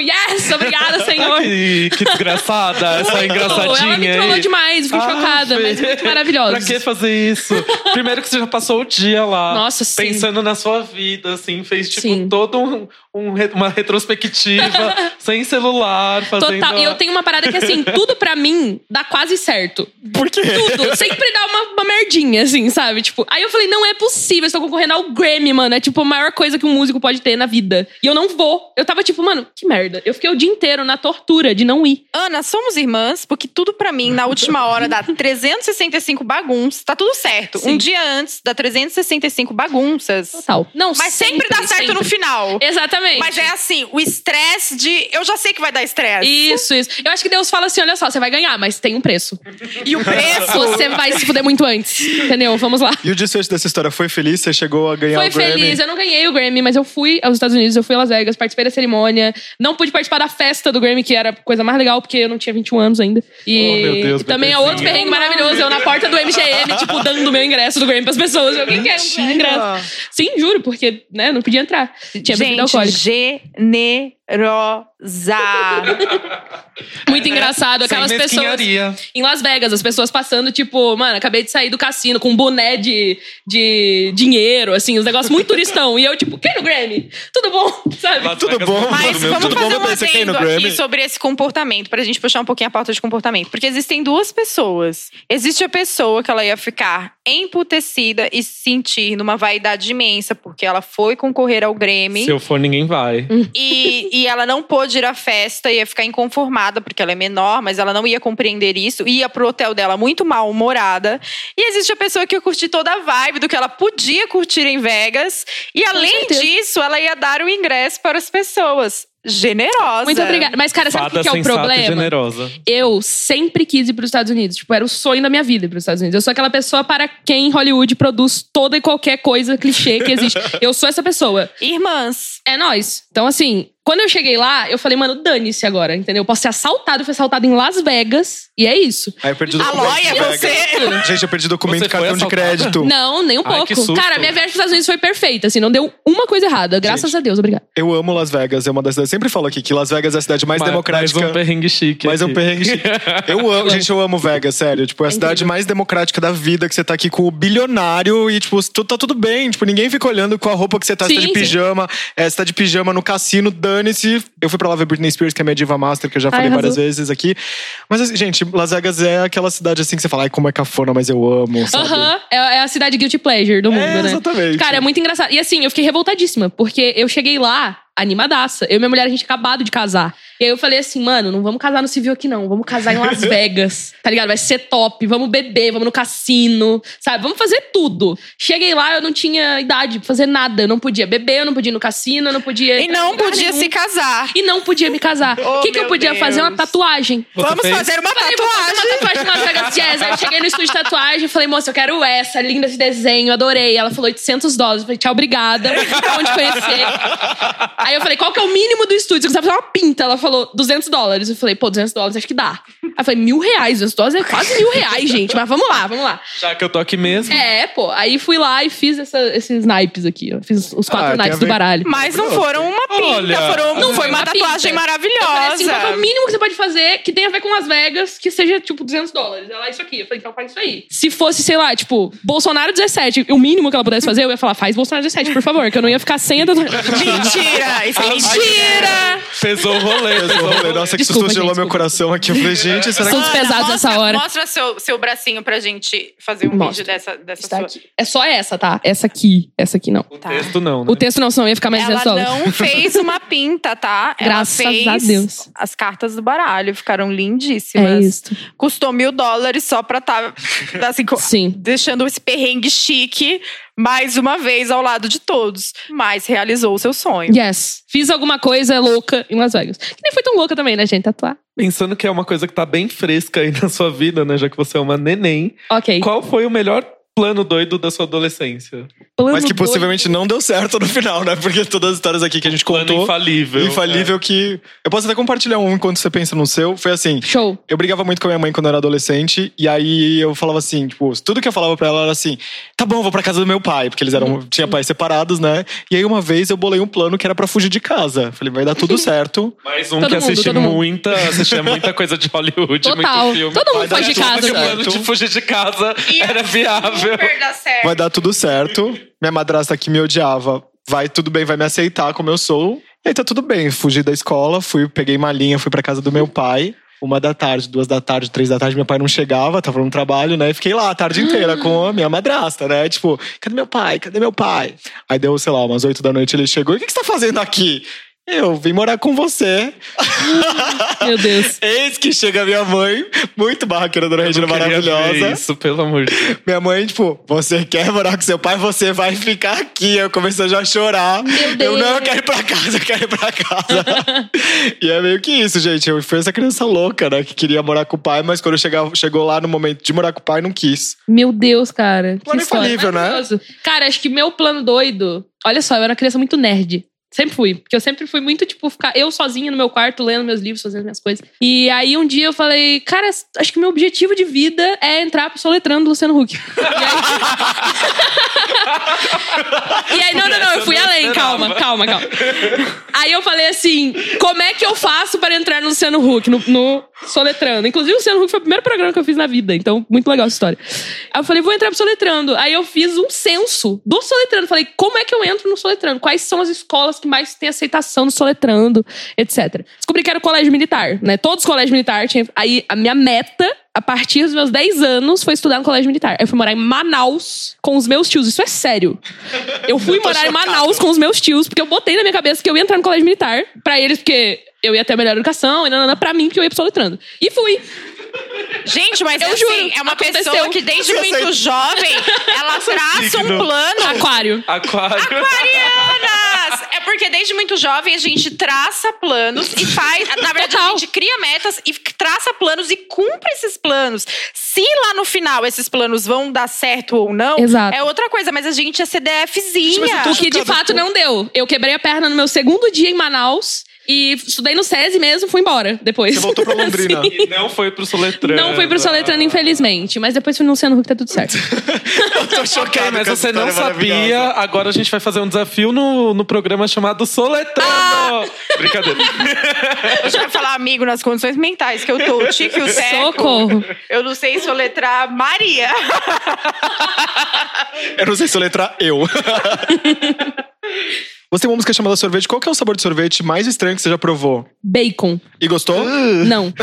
yes, obrigada, senhor.
Que, que desgraçada, essa
Ela me
engraçadinha
trollou
aí.
demais, eu fiquei
Ah,
chocada,
Fê.
mas muito
Pra que
maravilhosa.
fazer isso? Primeiro que você já passou o dia lá.
Nossa, sim.
Pensando na sua vida, assim, fez tipo
Sim.
todo um, um re- uma retrospectiva, sem celular, fazendo.
Total. E eu tenho uma parada que, assim, tudo pra mim dá quase certo.
Por quê?
Tudo. Sempre dá uma, uma merdinha, assim, sabe? Tipo, aí eu falei, não é possível, eu estou concorrendo ao Grammy, mano. É tipo a maior coisa que um músico pode ter na vida. E eu não vou. Eu tava tipo, mano, que merda. Eu fiquei o dia inteiro na tortura de não ir.
Ana, somos irmãs, porque tudo pra mim, na última hora, dá 365 bagunças. Tá tudo certo.
Sim.
Um dia antes, dá 365 bagunças.
Total. Não,
Mas sempre, dá certo no
sempre.
final.
Exatamente.
Mas é assim, o estresse de. Eu já sei que vai dar estresse.
Isso, isso. Eu acho que Deus fala assim: olha só, você vai ganhar, mas tem um preço.
E o preço.
Você vai se fuder muito antes. Entendeu? Vamos lá.
E o desfecho dessa história foi feliz? Você chegou a ganhar
Foi
o Grammy?
feliz, eu não ganhei o Grammy, mas eu fui aos Estados Unidos, eu fui a Las Vegas, participei da cerimônia. Não pude participar da festa do Grammy, que era a coisa mais legal, porque eu não tinha 21 anos ainda. E,
Oh, meu Deus,
e também é outro perrengue maravilhoso, eu na porta do MGM, tipo, dando o meu ingresso do Grammy pras pessoas. Eu, quem quer um ingresso? Sim, juro, porque, né, não podia entrar. Tinha bebida
Gente,
alcoólica.
generosa.
Muito engraçado,
é, Sem
aquelas pessoas...
mesquinharia.
Em Las Vegas, as pessoas passando, tipo, mano, acabei de sair do cassino com um boné de, de dinheiro, assim, uns negócios muito turistão. E eu, tipo, quero Grammy? Tudo bom? Sabe?
Las
Tudo
Vegas
bom?
não
Mas
Tudo bem,
vamos
tudo bom,
fazer um
bebê? Você quer ir no
adendo aqui
Grammy?
sobre esse comportamento, pra gente puxar um pouquinho a pauta de comportamento. Porque existem duas pessoas. Existe a pessoa que ela ia ficar emputecida e se sentir numa vaidade imensa, porque ela foi concorrer ao Grammy.
Se eu for, ninguém vai.
E, e ela não pôde ir à festa, ia ficar inconformada, porque ela é menor, mas ela não ia compreender isso, ia pro hotel dela muito mal-humorada. E existe a pessoa que ia curtir toda a vibe do que ela podia curtir em Vegas, e além
certeza.
disso, ela ia dar o ingresso para as pessoas. Generosa.
Muito obrigada. Mas, cara, sabe o
Fada
que que é o
sensata e
problema?
generosa.
Eu sempre quis ir pros Estados Unidos. Tipo, era o sonho da minha vida ir pros Estados Unidos. Eu sou aquela pessoa para quem Hollywood produz toda e qualquer coisa clichê que existe. eu sou essa pessoa.
Irmãs.
É nós. Então, assim, quando eu cheguei lá, eu falei, mano, dane-se agora, entendeu? Eu posso ser assaltado. Eu fui assaltado em Las Vegas. E é isso.
Aí eu perdi documento.
Aloia,
de Vegas.
você-
Gente, eu perdi documento
Você
e cartão
foi
de
assaltada?
crédito.
é Não, nem um
Ai, que
pouco.
susto.
Cara, minha viagem pros Estados Unidos foi perfeita, assim, não deu uma coisa errada. Graças a Deus, obrigada.
Eu amo Las Vegas. É uma das cidades. Sempre falo aqui que Las Vegas é a cidade mais
Ma-
democrática.
Mais um perrengue chique.
Mas é um
aqui.
perrengue chique. Eu amo, gente, eu amo Vegas, sério. Tipo, é a
É
cidade
incrível.
mais democrática da vida, que você tá aqui com o bilionário e, tipo, tu- tá tudo bem. Tipo, ninguém fica olhando com a roupa que você tá, você tá
Sim,
de
sim.
pijama. É, você tá de pijama no cassino, dane-se. Eu fui pra lá ver Britney Spears, que é minha diva master, que eu já falei
arrasou.
várias vezes aqui. Mas, assim, gente, Las Vegas é aquela cidade assim que você fala, ai, como é cafona, mas eu amo, sabe?
Aham, é, é a cidade guilty pleasure do mundo,
É,
né?
exatamente.
Cara, é muito engraçado. E assim, eu fiquei revoltadíssima, porque eu cheguei lá animadaça. Eu e minha mulher, a gente acabado de casar. E aí eu falei assim, mano, não vamos casar no civil aqui não, vamos casar em Las Vegas, tá ligado? Vai ser top, vamos beber, vamos no cassino, sabe? Vamos fazer tudo. Cheguei lá, eu não tinha idade pra fazer nada, eu não podia beber, eu não podia ir no cassino, eu não podia...
E não podia se casar.
E não podia me casar. O
Oh,
que, que eu
meu
podia
Deus.
fazer? Uma tatuagem.
Você
Vamos
fez?
fazer uma
Falei, tá vou fazer
tatuagem.
uma tatuagem de Las Vegas Jazz. Aí eu cheguei no estúdio de tatuagem e falei, moça, eu quero essa, linda esse desenho, adorei. Ela falou 800 dólares. Eu falei, tchau, obrigada, pra onde conhecer. Aí eu falei, qual que é o mínimo do estúdio? Você precisa fazer uma pinta. Ela falou, 200 dólares. Eu falei, pô, 200 dólares acho que dá. Aí eu falei, mil reais, 200 dólares é quase mil reais, gente. Mas vamos lá, vamos lá.
Já que eu tô aqui mesmo.
É, pô. Aí fui lá e fiz essa- esses naipes aqui, ó. Fiz os
Ah,
quatro
tem a
naipes
ver-
do baralho.
Mas não foram uma pinta,
Olha.
foram,
Não
foi uma,
uma pinta.
tatuagem
Eu falei assim, qual que é o
maravilhosa.
mínimo que você pode fazer que tenha a ver com Las Vegas, que seja, tipo, 200 dólares? Ela, isso aqui. Eu falei, então faz isso aí. Se fosse, sei lá, tipo, Bolsonaro 17, o mínimo que ela pudesse fazer, eu ia falar, faz Bolsonaro 17, por favor, que eu não ia ficar sem a tatuagem.
Mentira! Isso é mentira!
Pesou o rolê.
Eu falei, Nossa, que
Desculpa,
susto gelou
gente,
meu
desculpa.
coração aqui. Eu falei, gente, será que.
São despesados
mostra,
essa hora.
Mostra seu, seu bracinho pra gente fazer um
Mostra.
vídeo dessa, dessa
Está
sua.
aqui. É só essa, tá? Essa aqui. Essa aqui não.
O
Tá.
texto não, né?
O texto não, senão ia ficar mais 200
Ela
dólares.
não fez uma pinta, tá?
é Graças
Ela fez
a Deus.
As cartas do baralho ficaram
É
lindíssimas.
isso.
Custou mil dólares só pra tá, assim, co-
Sim.
deixando esse perrengue chique mais uma vez ao lado de todos. Mas realizou o seu sonho.
Yes. Fiz alguma coisa louca em Las Vegas. Que nem foi tão louca também, né, gente? Tatuar.
Pensando que é uma coisa que tá bem fresca aí na sua vida, né? Já que você é uma neném.
Ok.
Qual foi o melhor plano doido da sua adolescência?
Plano
Mas que
dois.
possivelmente não deu certo no final, né? Porque todas as histórias aqui que a gente
Plano
contou.
infalível.
Infalível é. que. Eu posso até compartilhar um enquanto você pensa no seu. Foi assim.
Show.
Eu brigava muito com a minha mãe quando eu era adolescente, e aí eu falava assim, tipo, tudo que eu falava pra ela era assim: tá bom, vou pra casa do meu pai, porque eles eram, tinha pais separados, né? E aí uma vez eu bolei um plano que era pra fugir de casa. Falei, vai dar tudo certo.
É. Mais um
Todo
que
mundo,
assiste
todo mundo.
muita, assistia muita coisa de Hollywood,
Total.
muito filme.
Todo
Vai
mundo
dar
foi de
tudo
Achava
casa.
que o plano de fugir de casa era viável.
Super dá certo.
Vai dar tudo certo. Minha madrasta que me odiava, vai tudo bem, vai me aceitar como eu sou. E aí tá tudo bem, fugi da escola, fui, peguei malinha, fui pra casa do meu pai. Uma da tarde, duas da tarde, três da tarde, meu pai não chegava, tava no trabalho, né? E fiquei lá a tarde inteira com a minha madrasta, né? Tipo, cadê meu pai? Cadê meu pai? Aí deu, sei lá, umas oito da noite ele chegou. E o que, que você tá fazendo aqui? Eu vim morar com você.
Meu Deus.
Eis que chega minha mãe, muito barraqueira, dona Regina
Eu não queria ver
maravilhosa.
Isso, pelo amor de Deus.
Minha mãe, tipo, você quer morar com seu pai, você vai ficar aqui. Eu comecei já a chorar.
Meu
Eu não, eu
Deus.
quero ir pra casa, eu quero ir pra casa. e é meio que isso, gente. Eu fui essa criança louca, né? Que queria morar com o pai, mas quando chegava, chegou lá no momento de morar com o pai, não quis.
Meu Deus, cara.
Plano
que história.
infalível, né?
Maravilhoso. Cara, acho que meu plano doido. Olha só, eu era uma criança muito nerd. Sempre fui. Porque eu sempre fui muito, tipo, ficar eu sozinha no meu quarto, lendo meus livros, fazendo minhas coisas. E aí um dia eu falei, cara, acho que meu objetivo de vida é entrar pro soletrando Luciano Huck. E aí, e aí não, não, não, eu fui além, calma, calma, calma. Aí eu falei assim: como é que eu faço para entrar no Luciano Huck, no, no Soletrando? Inclusive, o Luciano Huck foi o primeiro programa que eu fiz na vida, então, muito legal essa história. Aí eu falei: vou entrar pro Soletrando. Aí eu fiz um censo do Soletrando. Falei: como é que eu entro no Soletrando? Quais são as escolas que mais têm aceitação no Soletrando, etc. Descobri que era o colégio militar, né? Todos os colégios militares tinham. Aí a minha meta. A partir dos meus 10 anos, foi estudar no colégio militar. Eu fui morar em Manaus com os meus tios. Isso é sério. Eu fui
Eu tô
morar em
chocado.
Manaus com os meus tios, porque eu botei na minha cabeça que eu ia entrar no colégio militar pra eles, porque eu ia ter a melhor educação, e nanana, pra mim, que eu ia pro soletrando. E fui.
Gente, mas
Eu
assim,
juro,
é uma
aconteceu.
pessoa que desde muito jovem, ela traça um
signo.
plano.
Aquário.
Aquário.
Aquarianas! É porque desde muito jovem a gente traça planos e faz. Na verdade, a
É Total.
gente cria metas e traça planos e cumpre esses planos. Se lá no final esses planos vão dar certo ou não,
Exato.
é outra coisa, mas a gente é CDFzinha.
O que de fato não deu. Eu quebrei a perna no meu segundo dia em Manaus e estudei no SESI mesmo, fui embora depois.
Você voltou pra Londrina.
E não foi pro Ah. Soletrando.
Não fui pro Soletrando, infelizmente. Mas depois fui no Luciano Huck, tá tudo certo.
Eu tô
Ok,
chocado.
Ah, mas
com essa
você não
história
sabia.
é maravilhosa.
Agora a gente vai fazer um desafio no, no programa chamado Soletrando.
Ah!
Brincadeira.
Eu já ia falar, amigo, nas condições mentais que eu tô, o tique e o teco,
Socorro.
eu não sei soletrar Maria.
Eu não sei se eu letrar eu. Você tem uma música chamada Sorvete. Qual que é o sabor de sorvete mais estranho que você já provou?
Bacon.
E gostou?
Ah.
Não.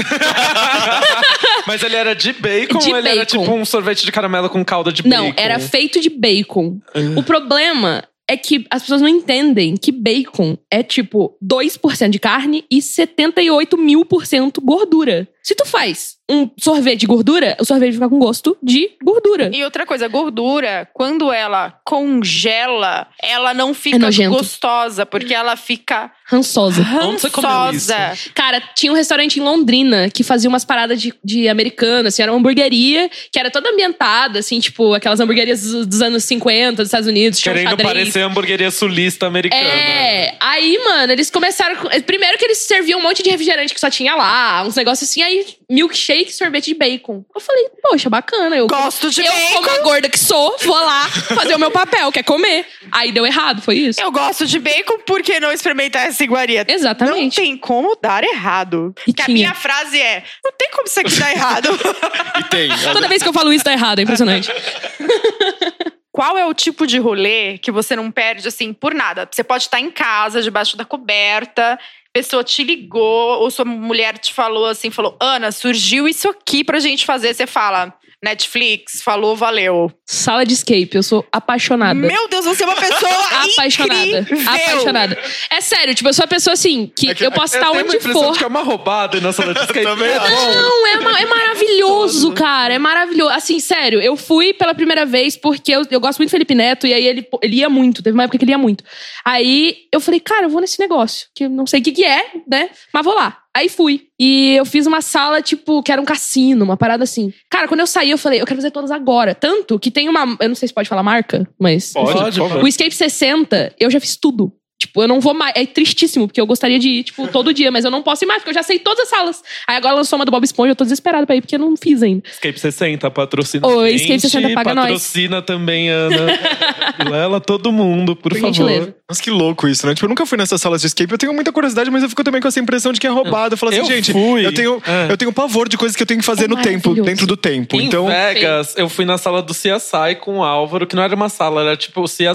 Mas ele era de bacon
De
ou ele era
bacon.
tipo um sorvete de caramelo com calda de bacon? Ah.
Não, era feito de bacon. O problema é que as pessoas não entendem que bacon é tipo 2% de carne e 78 mil por cento gordura. Se tu faz um sorvete de gordura, o sorvete fica com gosto de gordura.
E outra coisa, gordura, quando ela congela, ela não fica
É nojento.
gostosa, porque ela fica
Rançosa.
Onde você comeu
rançosa.
Cara, tinha um restaurante em Londrina que fazia umas paradas de, de americana, assim, era uma hamburgueria que era toda ambientada, assim, tipo, aquelas hamburguerias dos, dos anos 50 dos Estados Unidos, tinha um
Querendo
xadrez.
parecer hamburgueria sulista americana.
É, aí, mano, eles começaram. com- Primeiro que eles serviam um monte de refrigerante que só tinha lá, uns negócios assim, aí milkshake, sorvete de bacon. Eu falei, poxa, bacana. Eu,
Gosto de
eu
bacon.
como a gorda que sou, vou lá fazer o meu papel, quer comer. Aí deu errado, foi isso?
Eu gosto de bacon, por que não experimentar essa iguaria? Não
Exatamente.
tem como dar errado.
E
Porque a
tinha.
minha frase é: não tem como isso aqui dar errado.
E tem.
Toda vez que eu falo isso, dá errado, é impressionante.
Qual é o tipo de rolê que você não perde, assim, por nada? Você pode estar em casa, debaixo da coberta, pessoa te ligou, ou sua mulher te falou assim, falou, Ana, surgiu isso aqui pra gente fazer. Você fala, Netflix, falou, valeu.
Sala de escape, eu sou apaixonada.
Meu Deus, você é uma pessoa
Apaixonada,
incrível.
apaixonada. É sério, tipo, eu sou a pessoa assim, que eu posso estar
eu tenho uma
onde
impressão
for.
de que é uma roubada na sala de skate.
Também
É
acho.
bom.
Não, é, ma- é maravilhoso, cara. É maravilhoso. Assim, sério, eu fui pela primeira vez porque eu, eu gosto muito do Felipe Neto e aí ele, ele ia muito. Teve uma época que ele ia muito. Aí eu falei, cara, eu vou nesse negócio, que eu não sei o que, que é, né? Mas vou lá. Aí fui. E eu fiz uma sala, tipo, que era um cassino, uma parada assim. Cara, quando eu saí, eu falei, eu quero fazer todas agora. Tanto que tem uma. Eu não sei se pode falar marca, mas.
Pode,
Pode, pode.
O Escape 60, eu já fiz tudo. Tipo, eu não vou mais. É tristíssimo, porque eu gostaria de ir, tipo, todo dia, mas eu não posso ir mais, porque eu já sei todas as salas. Aí agora lançou uma do Bob Esponja, eu tô desesperada pra ir, porque eu não fiz ainda.
Escape 60, patrocina.
Oi,
a gente,
Escape 60, paga nós.
Patrocina também, Ana. Lela todo mundo, por,
Por
favor.
gentileza.
Mas que louco isso, né? Tipo, eu nunca fui nessas salas de escape. Eu tenho muita curiosidade, mas eu fico também com essa impressão de que é roubado. Eu falo assim,
Eu
gente,
fui.
eu tenho
É.
eu tenho pavor de coisas que eu tenho que fazer
É
no tempo,
maravilhoso.
dentro do tempo.
Em
Então,
Vegas, eu fui na sala do CSI com o Álvaro, que não era uma sala, era tipo o CSI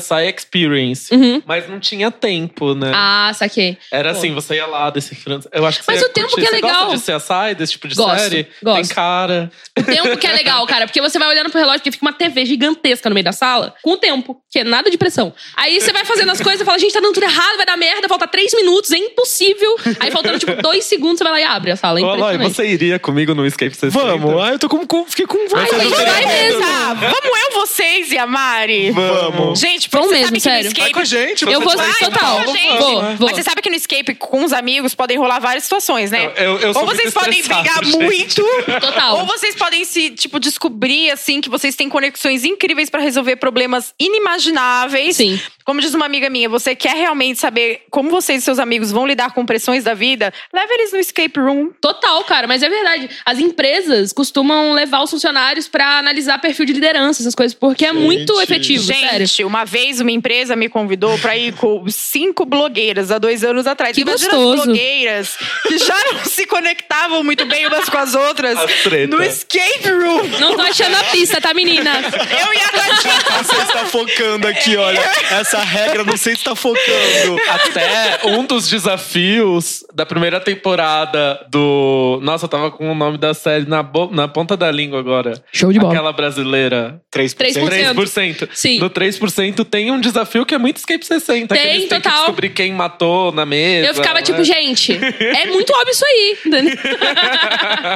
Experience.
Uhum.
Mas não tinha tempo, né?
Ah, saquei.
Era assim, você ia lá decifrando. Eu acho que
Mas
você ia
o tempo
curtir.
que é legal.
Você gosta de CSI, desse tipo de
Gosto,
série?
gosto.
Tem cara.
O tempo que é legal, cara, porque você vai olhando pro relógio que fica uma TV gigantesca no meio da sala, com o tempo, que é nada de pressão. Aí você vai fazendo as coisas e fala, gente, tá dando tudo errado, vai dar merda, falta três minutos, é impossível. Aí faltando, tipo, dois segundos, você vai lá e abre a sala. É
Ô, Eloy,
impressionante.
Tipo, você iria comigo no Escape 60?
vamos. Ah, eu tô com, com- fiquei com
Ai,
vontade.
gente,
Eu
vai
quero-
mesmo.
Tá, vamos eu, vocês e a Mari.
Vamos.
Gente, porque
Vão
você
mesmo,
sabe
sério.
que no
Vai com a
escape...
gente.
Eu vou
você-
Vai,
total.
vamos, gente.
Vou, vou.
Mas você sabe que no escape com os amigos podem rolar várias situações, né?
Eu- eu sou
ou vocês
muito
podem brigar
estressado, gente.
muito, ou
Total.
vocês podem se, tipo, descobrir, assim, que vocês têm conexões incríveis pra resolver problemas inimagináveis.
Sim.
Como diz uma amiga minha, você quer realmente saber como vocês e seus amigos vão lidar com pressões da vida? Leva eles no escape room.
Total, cara, mas é verdade. As empresas costumam levar os funcionários pra analisar perfil de liderança, essas coisas, porque é muito
Gente.
efetivo, sério.
Gente, uma vez uma empresa me convidou pra ir com cinco blogueiras há dois anos atrás.
Que
Imagina
gostoso.
as blogueiras que já não se conectavam muito bem umas com as outras
As treta.
no escape room.
Não tô achando a pista, tá, meninas?
Eu e a Tati.
Você está focando aqui, olha. Essa regra, não sei se está focando.
Até um dos desafios da primeira temporada do. Nossa, eu tava com o nome da série na, bo- na ponta da língua agora.
Show de bola.
Aquela brasileira.
3%.
3%.
Sim.
No 3% tem um desafio que é muito Escape 60. que
Tem,
eles têm
total.
que descobrir quem matou na mesa.
Eu ficava
né?
tipo, gente, é muito óbvio isso aí. entendeu?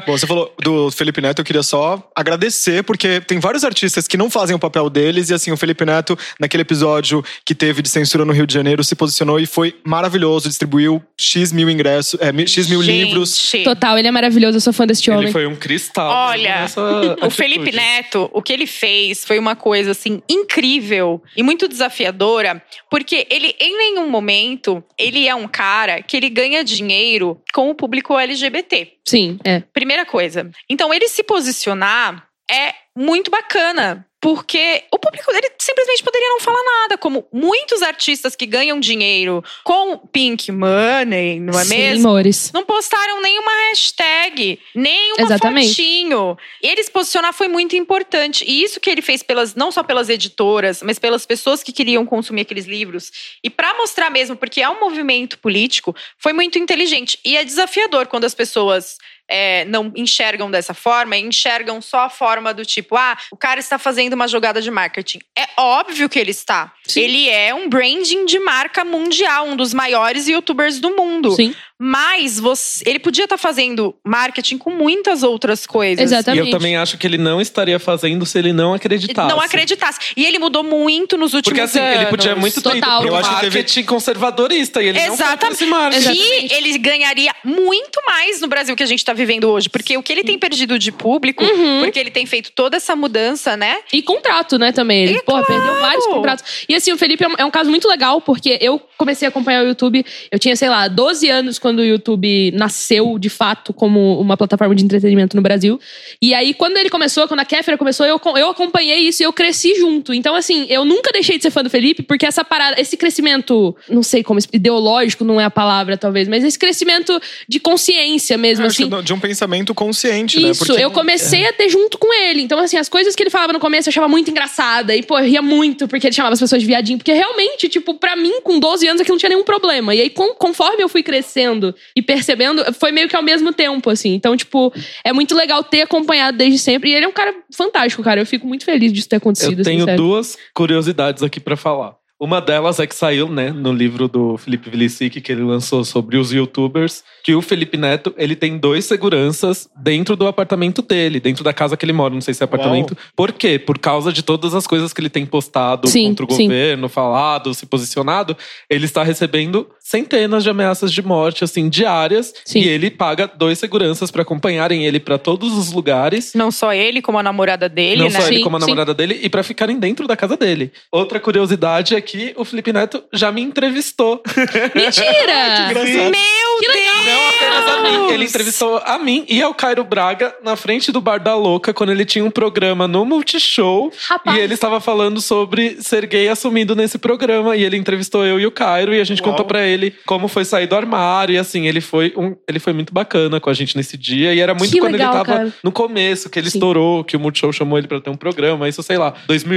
Bom, você falou do Felipe Neto, eu queria só agradecer, porque tem vários artistas que não fazem o papel deles, e assim, o Felipe Neto, naquele episódio que teve de censura no Rio de Janeiro, se posicionou e foi maravilhoso, distribuiu X mil ingressos, é, mi- X mil livros.
Gente,
Total, ele é maravilhoso, eu sou fã deste
Ele
homem.
foi um cristal.
Olha,
nessa
O Felipe né?
atitude.
Neto, o que ele fez foi uma coisa assim incrível e muito desafiadora, porque ele em nenhum momento, ele é um cara que ele ganha dinheiro com o público LGBT.
Sim, é.
Primeira coisa. Então, ele se posicionar é muito bacana. Porque o público dele simplesmente poderia não falar nada, como muitos artistas que ganham dinheiro com Pink Money, não é
Sim,
mesmo?
amores.
Não postaram nenhuma hashtag, nenhuma
Exatamente.
fotinho. E ele se posicionar foi muito importante. E isso que ele fez pelas, não só pelas editoras, mas pelas pessoas que queriam consumir aqueles livros. E para mostrar mesmo, porque é um movimento político, foi muito inteligente. E é desafiador quando as pessoas é, não enxergam dessa forma, e enxergam só a forma do tipo, ah, o cara está fazendo uma jogada de marketing. É óbvio que ele está.
Sim.
Ele é um branding de marca mundial, um dos maiores youtubers do mundo.
Sim,
Mas você- ele podia estar fazendo marketing com muitas outras coisas.
E eu
exatamente.
também acho que ele não estaria fazendo se ele não acreditasse.
Não acreditasse. E ele mudou muito nos últimos
Porque assim,
anos.
ele podia muito ter ido
Total.
pro
Eu
acho que teve-
marketing conservadorista. E ele não foi pra esse
Exatamente.
marketing.
E
Exatamente.
ele ganharia muito mais no Brasil que a gente está vivendo hoje. Porque o que ele tem perdido de público,
Uhum.
porque ele tem feito toda essa mudança, né?
E contrato, né, também. Ele,
E
porra, perdeu vários contratos. E assim, o Felipe é um, é um caso muito legal, porque eu comecei a acompanhar o YouTube, eu tinha, sei lá, 12 anos quando o YouTube nasceu, de fato, como uma plataforma de entretenimento no Brasil. E aí, quando ele começou, quando a Kéfera começou, eu, co- eu acompanhei isso e eu cresci junto. Então, assim, eu nunca deixei de ser fã do Felipe, porque essa parada, esse crescimento, não sei como, ideológico não é a palavra, talvez, mas esse crescimento de consciência mesmo,
Acho
assim.
que De um pensamento consciente, né?
Isso, eu
é.
comecei a ter junto com ele. Então, assim, as coisas que ele falava no começo eu achava muito engraçada. E, pô, eu ria muito porque ele chamava as pessoas de viadinho. Porque realmente, tipo, pra mim, com 12 anos, aquilo não tinha nenhum problema. E aí, com- conforme eu fui crescendo e percebendo, foi meio que ao mesmo tempo, assim. Então, tipo, é muito legal ter acompanhado desde sempre. E ele é um cara fantástico, cara. Eu fico muito feliz disso ter acontecido.
Eu tenho
assim, sério.
duas curiosidades aqui pra falar. Uma delas é que saiu, né, no livro do Felipe Vilicic, que ele lançou sobre os youtubers, que o Felipe Neto, ele tem dois seguranças dentro do apartamento dele, dentro da casa que ele mora, não sei se é apartamento. Por quê? Por causa de todas as coisas que ele tem postado
Sim,
contra o
sim.
governo, falado, se posicionado, ele está recebendo centenas de ameaças de morte, assim, diárias.
Sim.
E ele paga dois seguranças pra acompanharem ele pra todos os lugares.
Não só ele, como a namorada dele,
não
né?
só ele
Sim,
como a
sim.
namorada dele, e pra ficarem dentro da casa dele. Outra curiosidade é que o Felipe Neto já me entrevistou.
Mentira!
é Engraçado.
que legal!
Não apenas a mim. Ele entrevistou a mim e ao Cairo Braga na frente do Bar da Louca, quando ele tinha um programa no Multishow.
Rapaz,
E ele estava falando sobre ser gay assumindo nesse programa. E ele entrevistou eu e o Cairo. E a gente
Uau.
contou pra ele como foi sair do armário. E assim, ele foi, um, ele foi muito bacana com a gente nesse dia. E era muito
Que
quando
legal,
ele tava
cara.
no começo, que ele
Sim.
estourou, que o Multishow chamou ele pra ter um programa. Isso, sei lá, 2011.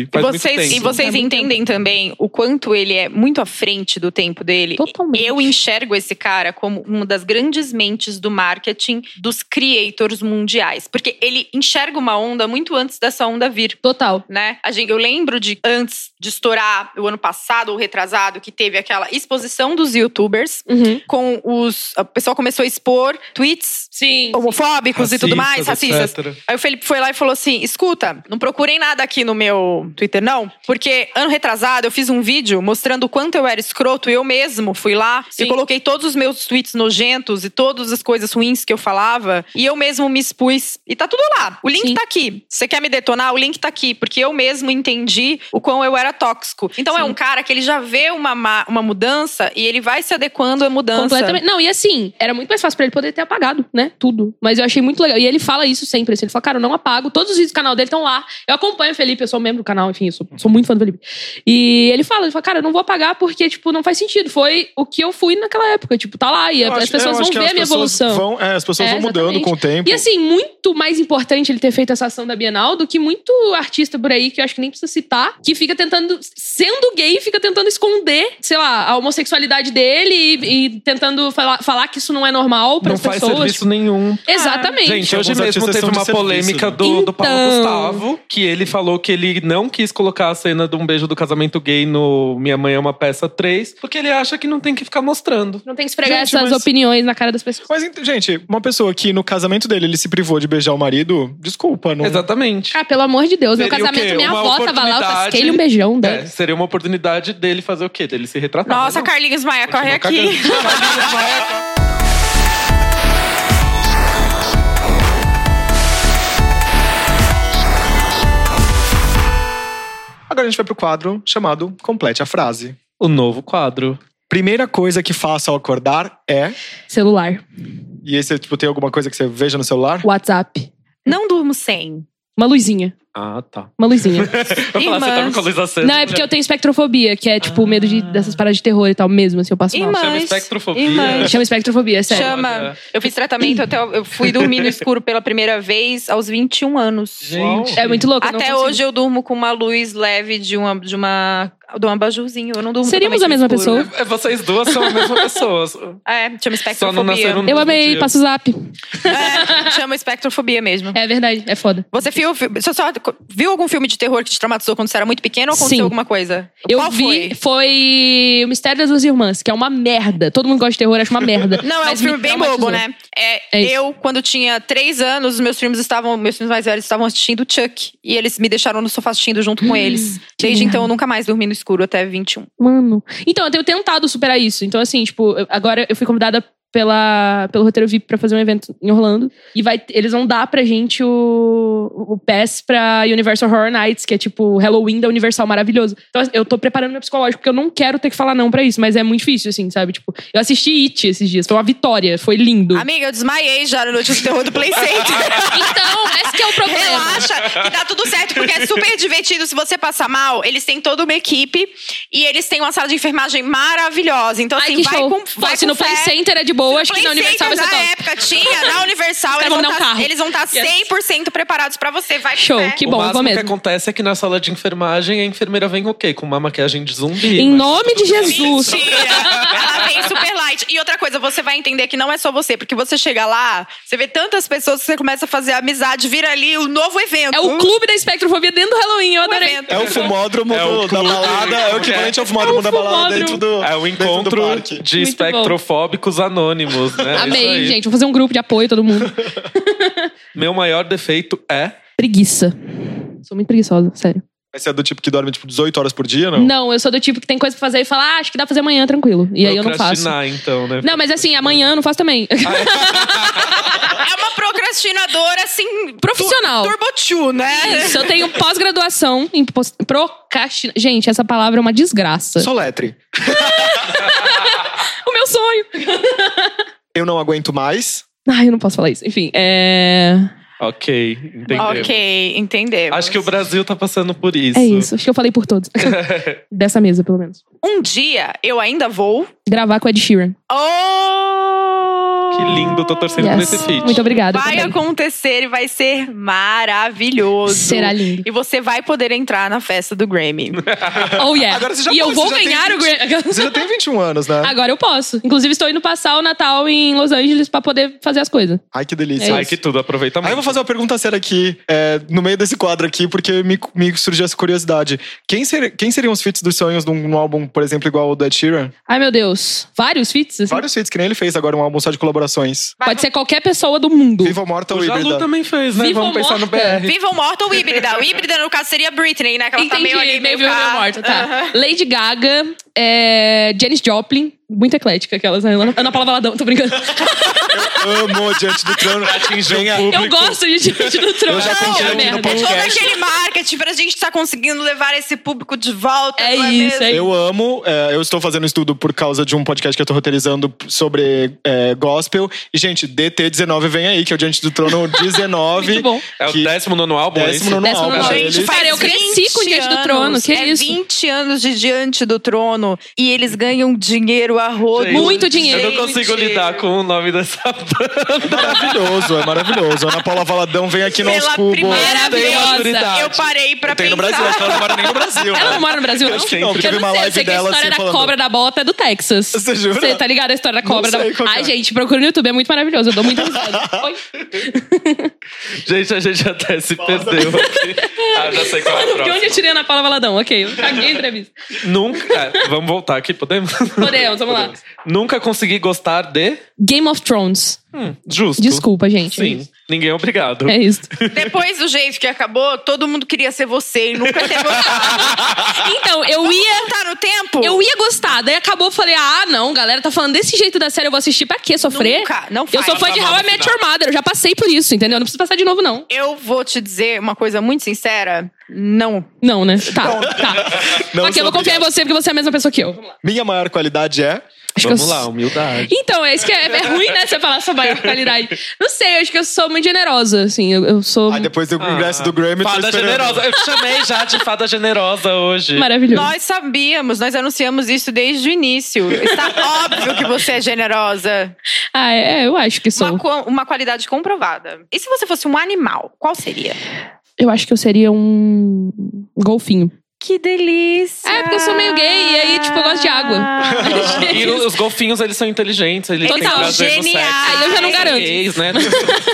E
Faz muito
vocês,
tempo.
e vocês
Faz muito
entendem também o quanto ele é muito à frente do tempo dele.
Totalmente.
Eu enxergo esse cara como uma das grandes mentes do marketing dos creators mundiais. Porque ele enxerga uma onda muito antes dessa onda vir.
total.
Né? A gente, eu lembro de antes de estourar o ano passado ou retrasado, que teve aquela exposição dos youtubers
Uhum.
com os. O pessoal começou a expor tweets
Sim.
homofóbicos e tudo mais,
Racistas,
racistas.
etc.
Aí o Felipe foi lá e falou assim: escuta, não procurei nada aqui no meu Twitter, não, porque ano retrasado eu fiz um vídeo mostrando o quanto eu era escroto, eu mesmo fui lá
Sim.
e coloquei todos os meus tweets nojentos e todas as coisas ruins que eu falava, e eu mesmo me expus. E tá tudo lá. O link
Sim.
tá aqui. Você quer me detonar? O link tá aqui, porque eu mesmo entendi o quão eu era tóxico. Então é
Sim.
um cara que ele já vê uma, ma- uma mudança e ele vai se adequando à mudança.
Completamente. Não, e assim, era muito mais fácil pra ele poder ter apagado, né? Tudo. Mas eu achei muito legal. E ele fala isso sempre. Assim, ele fala, cara, eu não apago. Todos os vídeos do canal dele estão lá. Eu acompanho o Felipe, eu sou membro do canal, enfim, eu sou, sou muito fã do Felipe. E ele fala, ele fala, cara, eu não vou apagar porque, tipo, não faz sentido. Foi o que eu fui naquela época. Tipo, tá lá. E
Eu acho- É,
as
eu
pessoas
acho
vão
que
ver
as
a minha
pessoas
evolução.
vão- é, as pessoas
É,
vão mudando
exatamente.
com o tempo.
E assim, muito mais importante ele ter feito essa ação da Bienal do que muito artista por aí, que eu acho que nem precisa citar, que fica tentando, sendo gay, fica tentando esconder, sei lá, a homossexualidade dele e, e tentando falar, falar que isso não é normal para
Não
as
faz
pessoas.
serviço nenhum.
Exatamente.
Gente,
Alguns
hoje mesmo
artistas
teve
são de
uma
serviço,
polêmica
né?
do, do Paulo
Então.
Gustavo, que ele falou que ele não quis colocar a cena de um beijo do casamento gay no Minha Mãe é uma Peça 3, porque ele acha que não tem que ficar mostrando.
Não tem que esfregar
Gente,
essas
mas-
opiniões na cara das pessoas.
Mas, ent- gente, uma pessoa que no casamento dele ele se privou de beijar o marido, desculpa, não.
Exatamente.
Ah, pelo amor de Deus, meu
Seria o quê?
casamento, minha
Uma
avó tava lá, eu
oportunidade-
tasquei um beijão dela.
É, seria uma oportunidade dele fazer o quê? Dele se retratar.
Nossa,
Mas não.
Carlinhos Maia, corre
Continua
aqui.
cagando.
Agora a gente vai pro quadro chamado Complete a Frase.
o novo quadro.
Primeira coisa que faço ao acordar é.
Celular,
E esse, tipo, tem alguma coisa que você veja no celular?
WhatsApp,
Não durmo sem.
uma luzinha,
Ah, tá.
uma luzinha.
Eu ia falar, você tá
Irmãs.
tava com a luz acesa.
Não, é porque eu tenho espectrofobia, que é tipo o medo de- dessas paradas de terror e tal mesmo, assim, eu passo mal.
Irmã.
Chama
Mas-
espectrofobia.
Irmãs.
Chama espectrofobia, é sério.
Chama.
Olha.
Eu fiz tratamento até. Eu fui dormir no escuro pela primeira vez aos 21 anos.
Gente.
É muito louco. eu não
Até
consigo.
hoje eu durmo com uma luz leve de uma. De uma de um abajuzinho. Eu não durmo
Seríamos
totalmente
a
no
mesma
escuro.
É, Vocês duas são a mesma pessoa.
É, chama
Só não
espectrofobia.
nasceram no
Eu
mesmo
amei,
dia.
passo o zap.
É, chama espectrofobia mesmo.
É verdade, é foda.
Você viu, você só viu algum filme de terror que te traumatizou quando você era muito pequeno ou aconteceu
Sim.
alguma coisa?
Eu
Qual
vi,
foi?
O Mistério das Duas Irmãs, que é uma merda. Todo mundo gosta de terror, acha uma merda.
Não, é um
Mas me
filme bem bobo,
traumatizou.
né? É,
É isso.
eu, quando tinha três anos, meus filmes estavam, meus filhos mais velhos estavam assistindo Chuck. E eles me deixaram no sofá assistindo junto
Hum,
com eles. Desde
merda.
então, eu nunca mais dormi no escuro até 21.
Mano. Então, eu tenho tentado superar isso. Então, assim, tipo, eu- agora eu fui convidada pela, pelo roteiro VIP pra fazer um evento em Orlando. E vai, eles vão dar pra gente o, o pass pra Universal Horror Nights, que é tipo o Halloween da Universal maravilhoso. Então, assim, eu tô preparando meu psicológico, porque eu não quero ter que falar não pra isso, mas é muito difícil, assim, sabe? Tipo, eu assisti It esses dias, foi uma vitória, foi lindo.
Amiga, eu desmaiei já no Notícia do Terror do Play Center.
Então, esse que é o problema.
Relaxa, que dá tudo certo, porque é super divertido. Se você passar mal, eles têm toda uma equipe e eles têm uma sala de enfermagem maravilhosa. Então,
Ai,
assim,
que
vai
show.
com.
Pô,
Vai
se
com
no Play
fé.
Center é de boa, acho que na
Play
Universal vai
Center,
ser
na
top.
época tinha, na Universal,
Os
eles
caras vão
vão,
dar um
tá-
carro.
eles vão estar
Yes.
100% preparados pra você. Vai com
Show,
fé.
que
o
bom,
máximo
vou mesmo.
que acontece é que na sala de enfermagem a enfermeira vem o quê? Com uma maquiagem de zumbi.
Em
mas-
nome de Jesus.
Mentira! é. Ela vem super light. E outra coisa, você vai entender que não é só você, porque você chega lá, você vê tantas pessoas que você começa a fazer amizade, vira ali o novo evento.
É o clube né? da espectrofobia dentro do Halloween, eu
Um
adorei.
evento.
É o fumódromo
É
do-
o
da
clube.
balada, é o equivalente ao fumódromo da balada
fumódromo.
dentro do.
É
dentro
o
do
encontro
parque.
de
Muito
espectrofóbicos anônimos, né? Isso
Amei,
aí.
gente. Vou fazer um grupo de apoio, todo mundo.
Meu maior defeito é.
Preguiça. Sou muito preguiçosa, sério.
Mas você é do tipo que dorme tipo 18 horas por dia, não?
Não, eu sou do tipo que tem coisa pra fazer e fala, ah, acho que dá pra fazer amanhã, tranquilo. E aí eu não faço.
Procrastinar, Ah, então, né?
Não, mas assim, amanhã eu não faço também.
É uma procrastinadora, assim,
Profissional.
Turbo two, né?
Isso, eu tenho pós-graduação em pos- procrastina. Gente, essa palavra é uma desgraça.
Soletre.
O meu sonho.
Eu não aguento mais.
Ai, eu não posso falar isso. Enfim, é.
ok, entendi.
Ok, entendemos.
Acho que o Brasil tá passando por isso.
É isso. Acho que eu falei por todos. Dessa mesa, pelo menos.
Um dia eu ainda vou.
Gravar com o Ed Sheeran.
Oh!
Que lindo, tô torcendo por
Yes.
esse feat.
Muito obrigada.
Vai
também.
acontecer e vai ser maravilhoso.
Será lindo.
E você vai poder entrar na festa do Grammy.
Oh, yeah.
Agora você já
e eu
pode,
vou
você já tem
ganhar o Grammy.
Você já tem 21 anos, né?
Agora eu posso. Inclusive, estou indo passar o Natal em Los Angeles pra poder fazer as coisas.
Ai, que delícia.
É
Ai, que tudo, aproveita
Aí eu
muito.
vou fazer uma pergunta séria aqui, é, no meio desse quadro aqui, porque me, me surgiu essa curiosidade. Quem, ser- quem seriam os feats dos sonhos num, num álbum, por exemplo, igual o do Ed Sheeran?
Ai, meu Deus. Vários feats? assim?
Vários feats que nem ele fez agora, um álbum só de colaborações.
Pode ser qualquer pessoa do mundo.
Viva ou Morta ou
O Jalu
um Híbrida?
também fez, né?
Viva
Vamos
ou
pensar no
morta?
BR.
Viva ou morta ou híbrida? O híbrida, no caso, seria Britney, né? Que ela
Entendi,
tá meio ali, meio,
viva,
cá.
meio morta, tá.
Aham.
Lady Gaga, é, Janis Joplin, muito eclética aquelas, né? Ana Paula Valadão, tô brincando.
Amo diante do trono.
Atingiu
Venha.
o público.
Eu gosto de gente do trono.
Eu já confiei
essa
no
merda.
podcast.
Todo aquele marketing pra gente tá conseguindo levar esse público de volta.
É
não
isso,
mesmo?
é
Eu amo, é, eu estou fazendo estudo por causa de um podcast que eu tô roteirizando sobre é, gospel. E, gente, DT19 vem aí, que é o Diante do Trono 19.
Muito bom.
É o
que-
décimo nono álbum, é
Décimo
esse?
nono
Décimo
álbum.
nono.
deles.
Gente,
Cara,
faz
eu cresci com
20
Diante do Trono,
anos.
que
é
isso?
20 anos de Diante do Trono e eles ganham dinheiro a rodo.
Gente,
Muito dinheiro.
Eu não consigo
Gente.
lidar com o nome dessa banda.
maravilhoso, é maravilhoso. Ana Paula Valadão vem aqui no
Pela
Aos Cubos.
primeira
Maravilhosa.
Eu parei pra
Tem
pensar.
no Brasil, acho que ela não mora nem no Brasil.
Ela é
né?
não mora no Brasil, não?
Acho que não, porque
eu
teve
não
uma
sei, eu
live
sei que a
dela
história
assim,
da
falando.
cobra da bota é do Texas.
Você jura?
Você tá ligado a história da cobra
Não sei
da
qual
bota?
que é.
Ai, gente, procura no YouTube, é muito maravilhoso. Eu dou muita risada. Oi?
Gente, a gente até se perdeu aqui. Ah, já sei qual é a
De onde
próxima.
eu tirei a Ana Paula Valadão? Ok, eu caguei a entrevista.
Nunca... é, Vamos voltar aqui, podemos?
Podemos, vamos lá.
Nunca consegui gostar de...
Game of Thrones.
Hum, justo.
Desculpa, gente.
Sim, ninguém é obrigado.
É isso.
Depois do jeito que acabou, todo mundo queria ser você e nunca teve
Então, eu ia.
Tá no tempo?
Eu ia gostar, daí acabou, eu falei, ah, não, galera, tá falando desse jeito da série, eu vou assistir pra quê? Sofrer?
Nunca, não
eu
faz.
sou fã
Tá
de How I Met Your Mother, eu já passei por isso, entendeu? Não preciso passar de novo, não.
Eu vou te dizer uma coisa muito sincera. Não.
Não, né? Tá, tá.
Não
Aqui, eu
sou
vou confiar em você porque você é a mesma pessoa que eu.
Minha maior qualidade é.
Acho
Vamos
que eu...
lá, um humildade.
Então, é isso que é, é ruim, né? Você falar sua maior qualidade. Não sei, eu acho que eu sou muito generosa, assim. Eu, eu sou
Aí depois do ingresso do Grammy. tô
Ah. Fada
esperando.
generosa. Eu te chamei já de fada generosa hoje.
maravilhosa.
Nós sabíamos, nós anunciamos isso desde o início. Está óbvio que você é generosa.
Ah, é, eu acho que sou.
Uma, co- uma qualidade comprovada. E se você fosse um animal, qual seria?
Eu acho que eu seria um golfinho.
Que delícia!
É, porque eu sou meio gay, e aí, tipo, eu gosto de água.
E o- os golfinhos, eles são inteligentes. Eles têm
Total,
prazer no sexo.
geniais.
Aí eu já não
Eles são
garanto.
gays, né?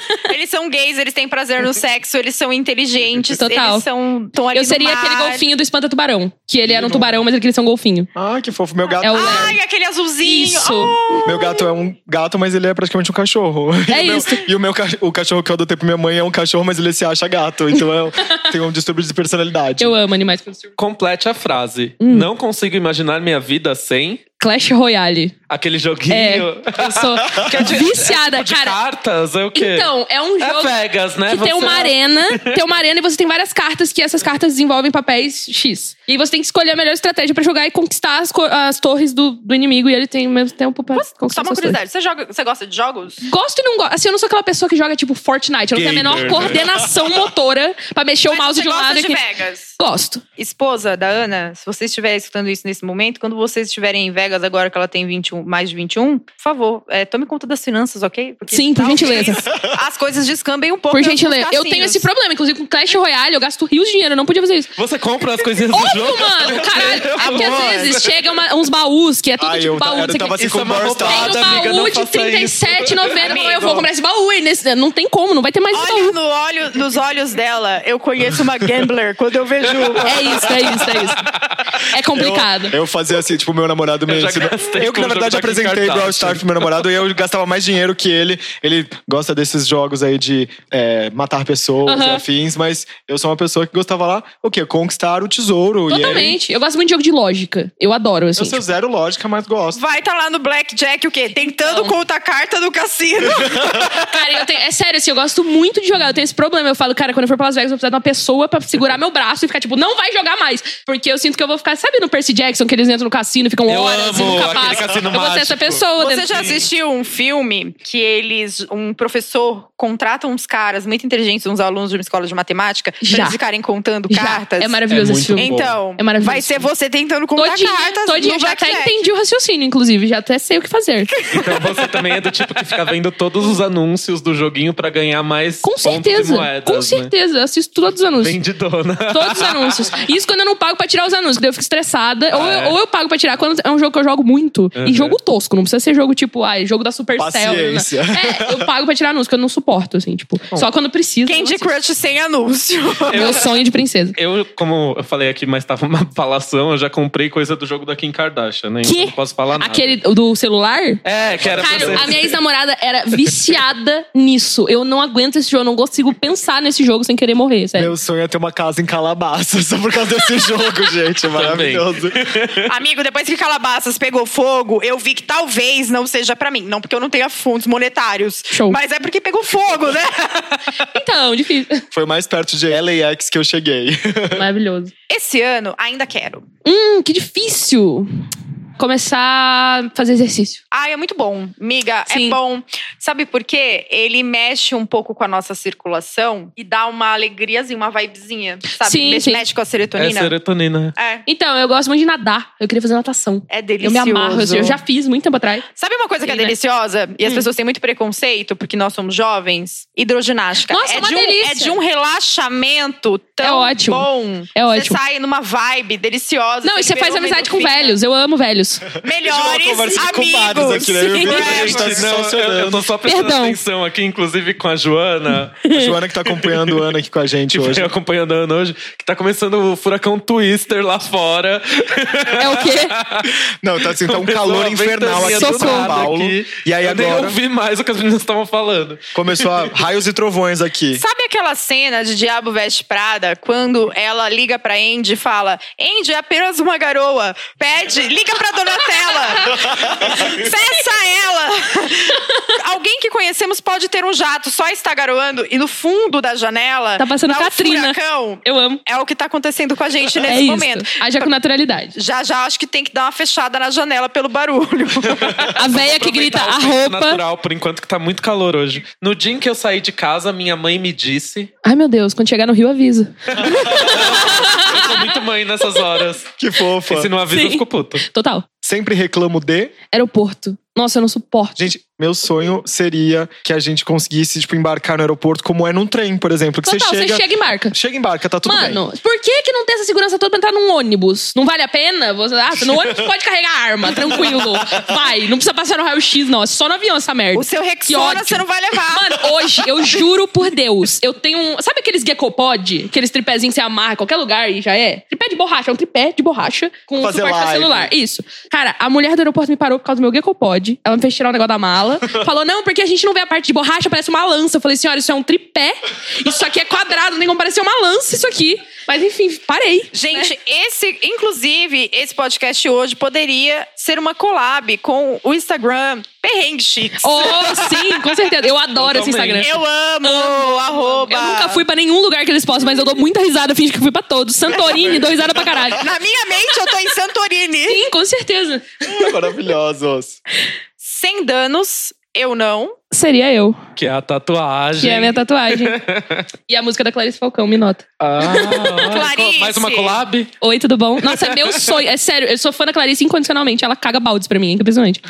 Eles são gays, eles têm prazer no sexo, eles são inteligentes,
Total.
eles são tão ali
Eu
no
seria
mar.
aquele golfinho do Espanta Tubarão. Que ele era um tubarão, mas ele queria ser um golfinho.
Ah, que fofo. Meu gato.
É o Léo.
Ai, aquele azulzinho.
Isso.
Meu gato é um gato, mas ele é praticamente um cachorro.
É
e o meu-
isso.
e o meu ca- o cachorro que eu adotei pra minha mãe é um cachorro, mas ele se acha gato. Então eu tenho um distúrbio de personalidade.
Eu amo animais com surpresa.
Complete a frase.
Hum.
Não consigo imaginar minha vida sem
Clash Royale.
aquele
É.
joguinho.
Eu sou
de-
viciada,
tipo de
cara.
cartas, é o quê?
Então, é um
é
jogo
Vegas, né?
que tem
Você-
uma arena. Tem uma arena e você tem várias cartas que essas cartas desenvolvem papéis X. E aí você tem que escolher a melhor estratégia pra jogar e conquistar as, co- as torres do, do inimigo. E ele tem o mesmo tempo pra
Oh, Só
conquistar
uma
essas torres.
curiosidade, você, joga, você gosta de jogos?
Gosto e não gosto. Assim, eu não sou aquela pessoa que joga, tipo, Fortnite. Eu não tenho a menor
Gamer.
coordenação motora pra mexer o
Mas
mouse
você
de um
gosta
lado.
de
aqui.
Vegas.
Gosto.
Esposa da Ana, se você estiver escutando isso nesse momento, quando vocês estiverem em Vegas agora que ela tem 21, mais de 21, por favor, é, tome conta das finanças, ok? Porque
Sim, por
talvez
gentileza.
As coisas descambem um pouco.
Por
nos
gentileza. Eu
cassinos.
tenho esse problema, inclusive com Clash Royale, eu gasto rios de dinheiro, eu não podia fazer isso.
Você compra as coisinhas do
Óbvio,
jogo?
mano! Caralho! É porque
Amor.
às vezes chega uma- uns baús, que é tudo
Ai,
tipo
eu,
baú,
eu
não sei o
tava
quê.
assim
Isso
com
é
o
uma
Boris
roubada.
Tem um
Nada, amiga,
baú
não
de
faça isso.
37,90. Eu falei, Eu vou
Amigo.
comprar esse baú e nesse, não tem como, não vai ter mais esse
Olha
baú.
no olho, nos olhos dela, eu conheço uma gambler quando eu vejo.
É isso, é isso, é isso. É complicado.
Eu fazia assim, tipo, meu namorado me
Eu já
ensinou.
gastei
Eu que,
com
na
um
verdade,
jogo daqui em
apresentei
cartaz.
Brawl Stars pro meu namorado e eu gastava mais dinheiro que ele. Ele gosta desses jogos aí de é, matar pessoas e
Aham.
afins, mas eu sou uma pessoa que gostava lá, o quê? Conquistar o tesouro. E aí,
Totalmente. Eu gosto muito de jogo de lógica. Eu adoro, assim.
eu sou zero lógica, mas gosto.
Vai tá lá no Blackjack o quê? Tentando
Então.
contar carta no cassino.
Cara, eu tenho- é sério, assim, eu gosto muito de jogar. Eu tenho esse problema. Eu falo, cara, quando eu for pra Las Vegas, eu vou precisar de uma pessoa pra segurar meu braço e ficar, tipo, não vai jogar mais. Porque eu sinto que eu vou ficar, sabe no Percy Jackson, que eles entram no cassino, ficam
Eu
horas e
amo
nunca
aquele
passam. Eu
cassino
vou ser essa
mágico.
pessoa.
Você
dentro-
já assistiu um filme que eles, um professor contrata uns caras muito inteligentes, uns alunos de uma escola de matemática,
Já.
pra eles ficarem contando
Já.
cartas?
É maravilhoso
É
esse
muito
filme.
bom.
Então,
É maravilhoso.
vai ser você tentando contar
Todinho,
cartas
todinho.
no
Já tá até
blackjack.
entendi o raciocínio, inclusive. Já até sei o que fazer.
Então você também é do tipo que fica vendo todos os anúncios do joguinho pra ganhar mais
Com
pontos e
certeza.
moedas.
com certeza. Eu assisto todos os anúncios.
Né? Vendidona.
Todos os anúncios. Isso quando eu não pago pra tirar os anúncios. Daí eu fico estressada. ou,
Ah,
eu,
é.
ou eu pago pra tirar quando é um jogo que eu jogo muito. E
Uhum.
jogo tosco. Não precisa ser jogo tipo, ai, jogo da Supercell. né?
Paciência.
É, eu pago pra tirar anúncio, que eu não suporto, assim, tipo. Só quando precisa.
Candy
eu assisto.
Crush sem anúncio.
Meu sonho de princesa.
Eu, como eu falei aqui, mas tava uma falação, eu já comprei coisa do jogo da Kim Kardashian, né?
Que?
Então não posso falar nada.
Aquele do celular?
É, que era pra
Cara,
ser.
a minha ex-namorada era viciada nisso. Eu não aguento esse jogo, eu não consigo pensar nesse jogo sem querer morrer, sério.
Meu sonho é ter uma casa em Calabaça só por causa desse jogo, gente. É Maravilhoso.
Amigo, depois que Calabasas pegou fogo, eu vi que talvez não seja pra mim. Não porque eu não tenha fundos monetários.
Show.
Mas é porque pegou fogo, né?
Então, difícil.
Foi mais perto de LAX que eu cheguei.
Maravilhoso.
Esse ano, ainda quero.
Hum, que difícil. Começar a fazer exercício.
Ai, é muito bom. Miga,
Sim.
é bom. Sabe por quê? Ele mexe um pouco com a nossa circulação e dá uma alegriazinha, uma vibezinha. Sabe?
Sim,
mexe,
sim.
mexe com a
É
serotonina.
serotonina.
É,
Então, eu gosto muito de nadar. Eu queria fazer natação.
é
Eu
delicioso.
me amarro, assim, eu já fiz muito tempo atrás.
Sabe uma coisa que é
Sim, né?
deliciosa? E as
Hum.
pessoas têm muito preconceito, porque nós somos jovens? Hidroginástica.
Nossa,
é
uma
de um,
delícia.
É de um relaxamento tão
É ótimo.
bom.
É ótimo.
Você sai numa vibe deliciosa.
Não, e você
fica
faz
envolvendo
amizade com
fina.
velhos. Eu amo velhos.
A gente não
Melhores
conversa com vários
amigos. É.
aqui, né? Eu vi que a gente tá
Forever.
se só
Não, eu, eu tô só prestando
Perdão.
atenção aqui, inclusive com a Joana,
A Joana que tá acompanhando o Ana aqui com a gente
que
hoje.
vem acompanhando a Ana hoje, que tá começando o furacão Twister lá fora.
É o quê?
Não, tá assim, tá um
Começou
calor
a
infernal aqui
ventania
em
do
São
Socorro.
nada
Paulo.
aqui.
E aí
eu nem
agora
ouvi mais o que as meninas estavam falando.
começou a raios e trovões aqui.
Sabe aquela cena de Diabo Veste Prada, quando ela liga pra Andy e fala: Andy é apenas uma garoa. Pede, liga pra Donatella. Cessa ela. Alguém que conhecemos pode ter um jato, só está garoando e no fundo da janela.
Tá passando
dá um
Katrina.
furacão.
Eu amo.
É o que tá acontecendo com a gente nesse
é isso.
momento.
Haja com naturalidade.
Já já acho que tem que dar uma fechada na janela pelo barulho.
A véia que grita
Aproveitar
a
o tempo
roupa.
tá um Natural, por enquanto que tá muito calor hoje. No dia em que eu saí de casa, minha mãe me disse.
Ai, meu Deus, quando chegar no Rio, avisa.
Eu sou muito mãe nessas horas.
Que fofa.
E se não avisa, eu
Sim.
fico puto.
Total.
Sempre reclamo de.
Aeroporto. Nossa, eu não suporto.
Gente, meu sonho seria que a gente conseguisse, tipo, embarcar no aeroporto como é num trem, por exemplo. Que
Total,
você chega.
e marca.
Chega e embarca, tá tudo bem.
Mano, por que que não tem essa segurança toda pra entrar num ônibus? Não vale a pena? Você, ah, no ônibus pode carregar arma, tranquilo. Vai, não precisa passar no raio-x, não. É só no avião essa merda.
O seu
Que
Rexona
ódio.
você não vai levar.
Mano, hoje, eu juro por Deus, eu tenho um... Sabe aqueles gecopod? Aqueles tripézinhos que você amarra em qualquer lugar e já é? Tripé de borracha, é um tripé de borracha com
Fazer
suporte pra
live.
celular. Isso. Cara, a mulher do aeroporto me parou por causa do meu gecopod. Ela me fez tirar o negócio da mala. Falou, não, porque a gente não vê a parte de borracha, parece uma lança. Eu falei, senhora, isso é um tripé. Isso aqui é quadrado, nem como parecer uma lança isso aqui. Mas enfim, parei.
Gente, esse, inclusive, esse podcast hoje poderia ser uma collab com o Instagram Perrengue Chiques.
Oh, sim, com certeza. Eu adoro esse
Totalmente.
Instagram.
Eu amo, arroba.
Eu nunca fui pra nenhum lugar que eles postam, mas eu dou muita risada, finge que fui pra todos. Santorini, dou risada pra caralho.
Na minha mente, eu tô em Santorini.
Sim, com certeza.
Maravilhosos.
Sem danos, eu não.
Seria eu,
Que é a
que
tatuagem.
é a minha tatuagem. e a música da Clarice Falcão, me nota.
Ah,
Clarice.
Mais uma collab?
Oi, tudo bom? Nossa, é meu sonho. É sério, eu sou fã da Clarice incondicionalmente. Ela caga baldes pra mim, impressionante.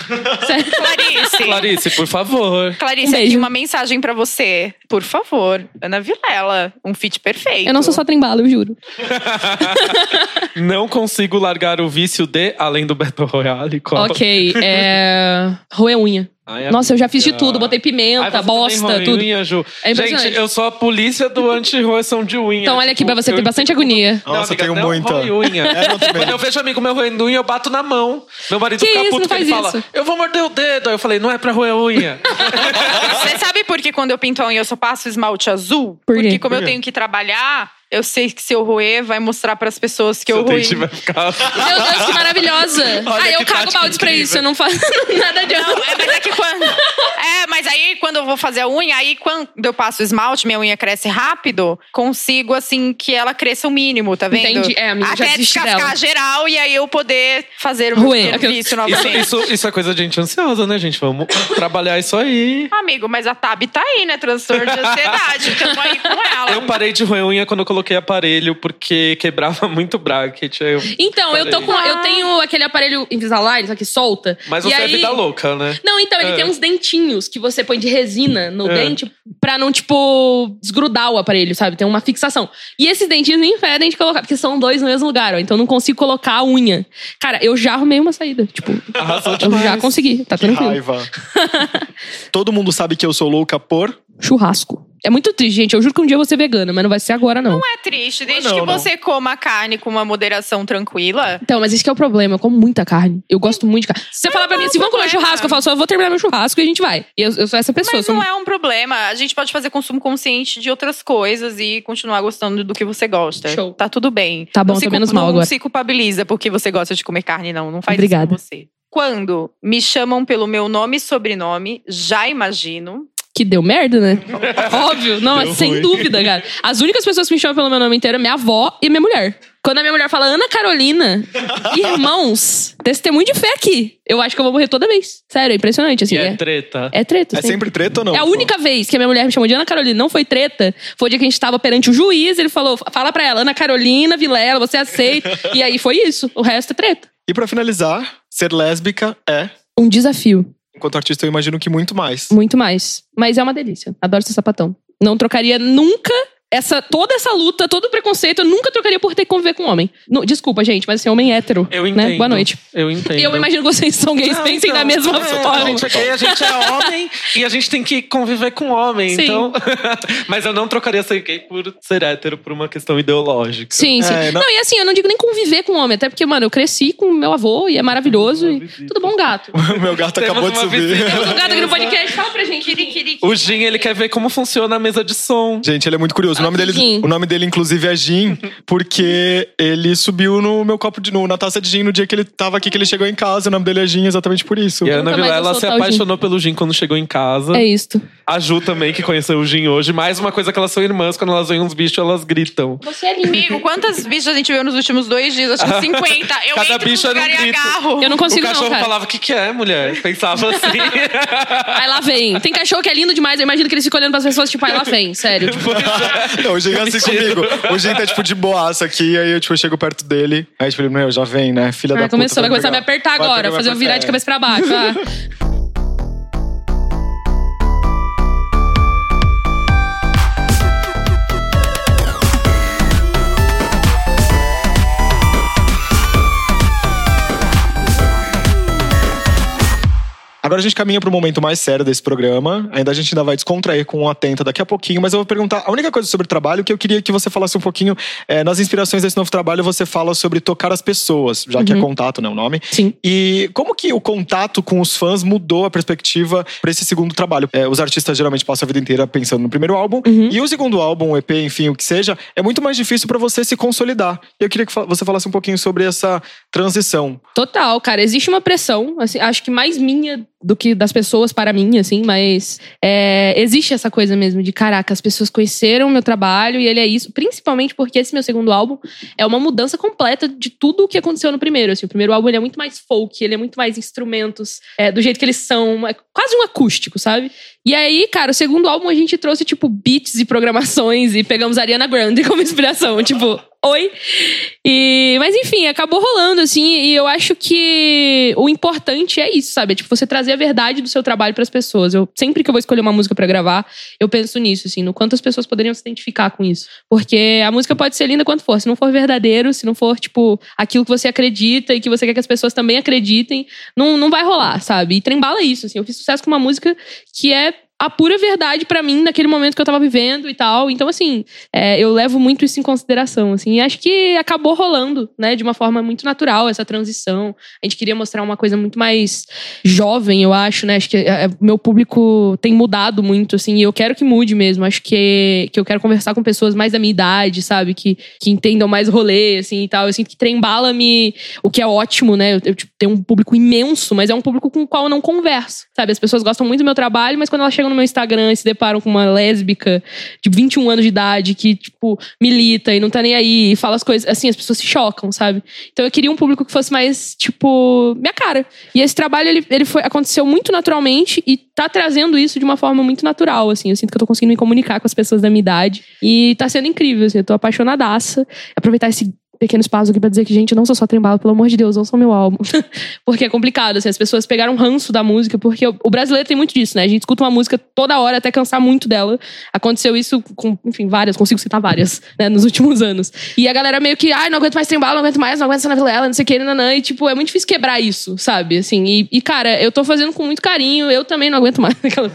Sério.
Clarice.
Clarice, por favor.
Clarice,
Um
aqui
beijo.
uma mensagem pra você. Por favor, Ana Vilela, um fit perfeito.
Eu não sou só trembala, eu juro.
Não consigo largar o vício de Além do Battle Royale. Qual?
Ok, é. Roer unha.
Ai,
Nossa, eu já fiz de
amiga.
tudo. Botei
Ai, você
pimenta,
tem
tá bosta,
ruim,
tudo.
unha, Ju.
É impressionante.
Gente, eu sou a polícia do anti-roção de unha.
Então olha aqui
Tipo,
pra você
eu
ter bastante agonia.
Não,
Nossa,
amiga,
eu tenho
não
muita.
rói unha.
É, eu também.
Quando eu vejo amigo meu roendo unha, eu bato na mão. Meu marido
Que
fica
isso,
puto
não
que ele
faz
fala,
isso.
eu vou morder o dedo. Aí eu falei, não é pra roer unha.
Você sabe por que quando eu pinto a unha eu só passo esmalte azul?
Por quê?
Porque como
Por quê?
eu tenho que trabalhar, eu sei que se eu roer, vai mostrar pras pessoas que eu
Seu
roei.
dente vai ficar...
Meu Deus, que maravilhosa.
Olha
Aí eu
que
cago
tática
baldes pra
incrível.
isso, eu não faço nada de
Não, é, mas é que quando. É, mas aí quando eu vou fazer a unha, aí quando eu passo esmalte, minha unha cresce rápido, consigo, assim, que ela cresça o mínimo, tá vendo?
Entendi. É, a minha já
Até
desiste dela.
descascar geral e aí eu poder fazer o meu
Ruê,
futuro
aquela-
vício
Isso,
novamente.
isso, isso é coisa de gente ansiosa, né, gente? Vamos trabalhar isso aí.
Amigo, mas a Tab tá aí, né? Transtorno de ansiedade. Tamo aí com ela.
Eu parei de roer unha quando eu coloquei aparelho, porque quebrava muito o bracket. aí eu-
Então, eu tô com.
Parei.
Eu tenho aquele aparelho Invisalign, só que solta.
Mas
e
você é
aí-
vida louca, né?
Não, então, ele
É.
tem uns dentinhos que você põe de resina no
É.
dente pra não, tipo, desgrudar o aparelho, sabe? Tem uma fixação. E esses dentinhos nem impedem de colocar, porque são dois no mesmo lugar, ó. Então eu não consigo colocar a unha. Cara, eu já arrumei uma saída. Tipo,
Arrasou
eu
demais.
já consegui, tá
Que
tranquilo.
raiva. Todo mundo sabe que eu sou louca por.
Churrasco. É muito triste, gente. Eu juro que um dia eu vou ser vegana, mas não vai ser agora, não.
Não é triste. Desde
Não,
que
não.
você coma carne com uma moderação tranquila.
Então, mas esse que é o problema. Eu como muita carne. Eu gosto muito de carne. Se você falar pra mim assim, vamos comer
é problema.
churrasco, eu falo só, eu vou terminar meu churrasco e a gente vai. E eu, eu sou essa pessoa.
Mas
sou
não é um problema. A gente pode fazer consumo consciente de outras coisas e continuar gostando do que você gosta.
Show.
Tá tudo bem.
Tá bom,
não se
tô
cu-
menos mal
não
agora.
se culpabiliza porque você gosta de comer carne, não. Não faz
Obrigada.
isso com você. Quando me chamam pelo meu nome e sobrenome, já imagino.
Que deu merda, né? Óbvio, não,
Deu
sem
ruim.
dúvida, cara. As únicas pessoas que me chamam pelo meu nome inteiro é minha avó e minha mulher. Quando a minha mulher fala Ana Carolina, irmãos, testemunho de fé aqui. Eu acho que eu vou morrer toda vez. Sério, é impressionante, assim.
E é
É,
treta.
é treta.
É sempre treta ou não?
É a única vez que a minha mulher me chamou de Ana Carolina, não foi treta. Foi o dia que a gente tava perante o juiz, ele falou: fala pra ela, Ana Carolina, Vilela, você aceita. e aí foi isso. O resto é treta.
E pra finalizar, ser lésbica é.
Um desafio.
Enquanto artista, eu imagino que muito mais.
Muito mais. Mas é uma delícia. Adoro ser sapatão. Não trocaria nunca essa toda essa luta, todo o preconceito, eu nunca trocaria por ter que conviver com um homem. Não, desculpa, gente, mas assim, homem hétero.
Eu
né?
entendo.
Boa noite.
Eu entendo.
Eu imagino que vocês são gays,
Não,
pensem
então,
da mesma
é, A
forma.
gente é gay, a gente é homem e a gente tem que conviver com homem.
Sim.
Então. Mas eu não trocaria ser gay por ser hétero por uma questão ideológica.
Sim, sim.
É,
não...
não-
e assim, eu não digo nem conviver com homem, até porque, mano, eu cresci com meu avô e é maravilhoso. e- Tudo bom, gato?
Meu gato
Temos
acabou de
uma
subir.
visita.
O gato aqui no podcast, fala pra gente.
O Jim, ele quer ver como funciona a mesa de som.
Gente, ele é muito
Ah,
curioso. O nome, dele,
Gin.
o nome dele, inclusive, é Gin, porque ele subiu no meu copo de. No, na taça de gin no dia que ele tava aqui, que ele chegou em casa. O nome dele é Gin, exatamente por isso.
E a Ana
Nunca mais eu
Vilela
sou
se
tal Jim.
apaixonou pelo Jim quando chegou em casa.
É isto.
A Ju também, que conheceu o Jim hoje. Mais uma coisa que elas são irmãs, quando elas veem uns bichos, elas gritam.
Você é
Amigo, quantas bichas a gente viu nos últimos dois dias? Acho que 50. Eu
Cada
entro
bicho
no
era um
lugar e
grito.
agarro.
Eu não consigo,
o cachorro
não, cara.
falava, o que, que é, mulher? Pensava assim.
Aí lá vem. Tem cachorro que é lindo demais, eu imagino que ele fica olhando pras pessoas, tipo, aí lá vem, sério.
Não, o Gin é assim comigo. O Gin tá, tipo, de boaça aqui. Aí eu, tipo, chego perto dele. Aí, tipo, ele, meu, já vem, né? Filha da
Ah,
puta.
começou, vai começar a me
pegar.
apertar
Vai
agora,
pegar, é. vai
fazer eu
apertar.
virar de cabeça pra baixo. ah.
Agora a gente caminha pro momento mais sério desse programa. Ainda a gente ainda vai descontrair com o Atenta daqui a pouquinho, mas eu vou perguntar a única coisa sobre trabalho que eu queria que você falasse um pouquinho. é, nas inspirações desse novo trabalho, você fala sobre tocar as pessoas, já que é contato, né? O nome.
Sim.
E como que o contato com os fãs mudou a perspectiva para esse segundo trabalho? É, os artistas geralmente passam a vida inteira pensando no primeiro álbum, e o segundo álbum, o EP, enfim, o que seja, é muito mais difícil para você se consolidar. Eu queria que fa- você falasse um pouquinho sobre essa transição.
Total, cara. Existe uma pressão, assim, acho que mais minha do que das pessoas para mim, assim, mas é, existe essa coisa mesmo de caraca, as pessoas conheceram o meu trabalho e ele é isso, principalmente porque esse meu segundo álbum é uma mudança completa de tudo o que aconteceu no primeiro. Assim, o primeiro álbum ele é muito mais folk, ele é muito mais instrumentos, é, do jeito que eles são, é quase um acústico, sabe? E aí, cara, o segundo álbum a gente trouxe, tipo, beats e programações e pegamos a Ariana Grande como inspiração. tipo, Oi. E, mas enfim, acabou rolando, assim, e eu acho que o importante é isso, sabe? É, tipo, você trazer a verdade do seu trabalho pras pessoas. Eu, sempre que eu vou escolher uma música pra gravar, eu penso nisso, assim, no quanto as pessoas poderiam se identificar com isso. Porque a música pode ser linda quanto for, se não for verdadeiro, se não for, tipo, aquilo que você acredita e que você quer que as pessoas também acreditem, não, não vai rolar, sabe? E trembala isso, assim. Eu fiz sucesso com uma música que é a pura verdade pra mim naquele momento que eu tava vivendo e tal. Então, assim, é, eu levo muito isso em consideração, assim. E acho que acabou rolando, né, de uma forma muito natural essa transição. A gente queria mostrar uma coisa muito mais jovem, eu acho, né? Acho que é, meu público tem mudado muito, assim, e eu quero que mude mesmo. Acho que, que eu quero conversar com pessoas mais da minha idade, sabe? Que, que entendam mais o rolê, assim, e tal. Eu sinto que Trembala me... O que é ótimo, né? Eu, eu tipo, tenho um público imenso, mas é um público com o qual eu não converso, sabe? As pessoas gostam muito do meu trabalho, mas quando elas chegam no meu Instagram e se deparam com uma lésbica de 21 anos de idade que, tipo, milita e não tá nem aí e fala as coisas... Assim, as pessoas se chocam, sabe? Então eu queria um público que fosse mais, tipo, minha cara. E esse trabalho, ele, ele foi, aconteceu muito naturalmente e tá trazendo isso de uma forma muito natural, assim. Eu sinto que eu tô conseguindo me comunicar com as pessoas da minha idade. E tá sendo incrível, assim. Eu tô apaixonadaça. Aproveitar esse pequeno espaço aqui pra dizer que, gente, não sou só trembala, pelo amor de Deus, não sou meu álbum. porque é complicado, assim. As pessoas pegaram ranço da música, porque o, o brasileiro tem muito disso, né? A gente escuta uma música toda hora até cansar muito dela. Aconteceu isso com, enfim, várias, consigo citar várias, né? Nos últimos anos. E a galera meio que, ai, não aguento mais trembala, não aguento mais, não aguento essa novela, não sei o que, nanã. E, tipo, é muito difícil quebrar isso, sabe? Assim, e, e, cara, eu tô fazendo com muito carinho, eu também não aguento mais. Aquela-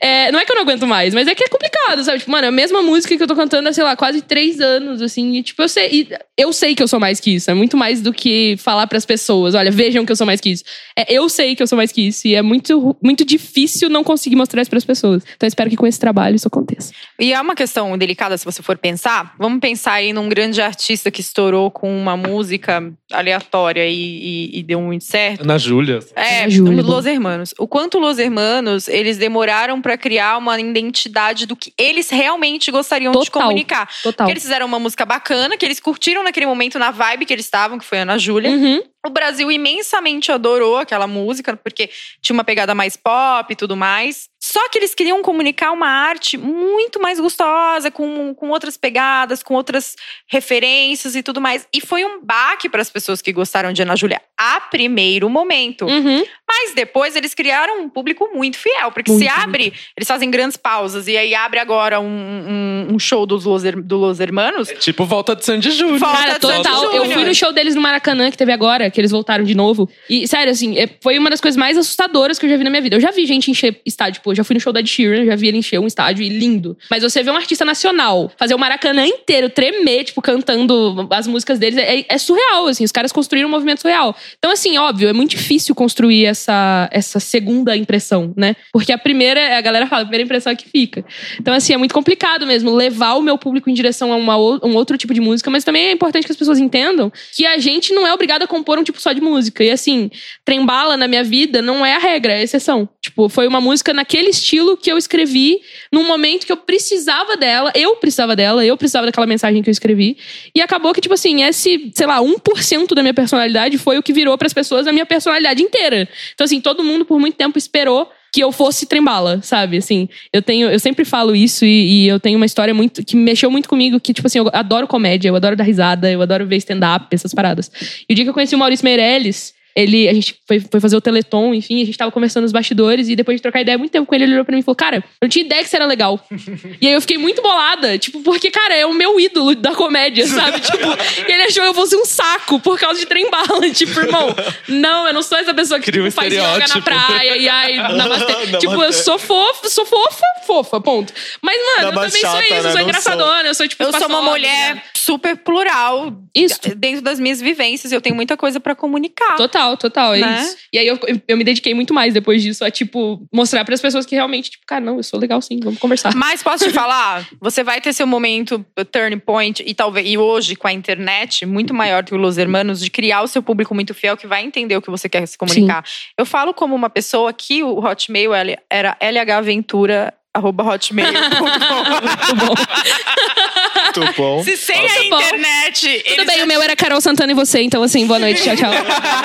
É, não é que eu não aguento mais, mas é que é complicado, sabe? Tipo, mano, a mesma música que eu tô cantando há, sei lá, quase três anos, assim. E, tipo, eu sei, e eu sei que eu sou mais que isso. É muito mais do que falar pras pessoas, olha, vejam que eu sou mais que isso. É, eu sei que eu sou mais que isso. E é muito, muito difícil não conseguir mostrar isso pras pessoas. Então, eu espero que com esse trabalho isso aconteça.
E é uma questão delicada se você for pensar. Vamos pensar aí num grande artista que estourou com uma música aleatória e, e- e deu muito certo.
Na Júlia.
É,
Ana Júlia.
os Los Hermanos. O quanto Los Hermanos, eles demoraram pra criar uma identidade do que eles realmente gostariam de
Total.
comunicar.
Total.
Porque eles fizeram uma música bacana, que eles curtiram naquele momento, na vibe que eles estavam, que foi a Ana Júlia.
Uhum.
O Brasil imensamente adorou aquela música, porque tinha uma pegada mais pop e tudo mais. Só que eles queriam comunicar uma arte muito mais gostosa, com, com outras pegadas, com outras referências e tudo mais. E foi um baque para as pessoas que gostaram de Ana Júlia a primeiro momento.
Uhum.
Mas depois eles criaram um público muito fiel, porque
Muito,
se abre, eles fazem grandes pausas. E aí abre agora um, um- um show dos Los, Her- do Los Hermanos.
Tipo, volta de Sandy Júnior.
Volta
Cara,
de Sandy
total. Eu
Júnior.
fui no show deles no Maracanã, que teve agora, que eles voltaram de novo. E, sério, assim, é- foi uma das coisas mais assustadoras que eu já vi na minha vida. Eu já vi gente encher estádio, pô. Eu já fui no show da Ed Sheeran, já vi ele encher um estádio e lindo. Mas você vê um artista nacional fazer o Maracanã inteiro, tremer, tipo, cantando as músicas deles, é, é surreal, assim. Os caras construíram um movimento surreal. Então, assim, óbvio, é muito difícil construir essa, essa segunda impressão, né? Porque a primeira, a galera fala, a primeira impressão é que fica. Então, assim, é muito complicado mesmo levar o meu público em direção a uma ou- um outro tipo de música, mas também é importante que as pessoas entendam que a gente não é obrigado a compor um tipo só de música. E, assim, trembala na minha vida não é a regra, é a exceção. Tipo, foi uma música naquele estilo que eu escrevi num momento que eu precisava dela, eu precisava dela, eu precisava daquela mensagem que eu escrevi. E acabou que, tipo assim, esse, sei lá, 1% da minha personalidade foi o que virou pras pessoas a minha personalidade inteira. Então, assim, todo mundo por muito tempo esperou que eu fosse trembala, sabe? Assim, eu tenho, eu sempre falo isso e, e eu tenho uma história muito que mexeu muito comigo, que tipo assim, eu adoro comédia, eu adoro dar risada, eu adoro ver stand up, essas paradas. E o dia que eu conheci o Maurício Meirelles, ele, a gente foi, foi fazer o Teleton, enfim, a gente tava conversando nos bastidores e depois de trocar ideia muito tempo com ele, ele olhou pra mim e falou: "Cara, eu não tinha ideia que você era legal". E aí eu fiquei muito bolada, tipo, porque, cara, é o meu ídolo da comédia, sabe? tipo, e ele achou que eu fosse um saco por causa de trem bala. Tipo, irmão, não, eu não sou essa pessoa que
Cria um
tipo, faz yoga na
estereótipo.
praia e ai, namastê. tipo, eu
Namastê.
sou fofofa, sou fofa, fofa, ponto. Mas, mano, eu
Dá uma
também
chata,
sou isso,
né?
eu sou
Não
engraçadona, eu sou, tipo,
Eu sou uma
paçoca,
mulher
né?
super plural,
Isso.
dentro das minhas vivências, eu tenho muita coisa pra comunicar.
Total, total, é
Né?
isso. E aí eu, eu me dediquei muito mais depois disso a, tipo, mostrar pras pessoas que realmente, tipo, cara, não, eu sou legal sim, vamos conversar.
Mas posso te falar, você vai ter seu momento turning point e talvez e hoje com a internet muito maior que o Los Hermanos de criar o seu público muito fiel que vai entender o que você quer se comunicar. Eu falo como uma pessoa que o Hotmail ele- era lhventura arroba hotmail.com.
Muito bom.
Muito bom.
Se sem a
Muito bom.
internet,
Tudo
eles
bem, o meu era Carol Santana e você, então assim, boa noite, tchau, tchau.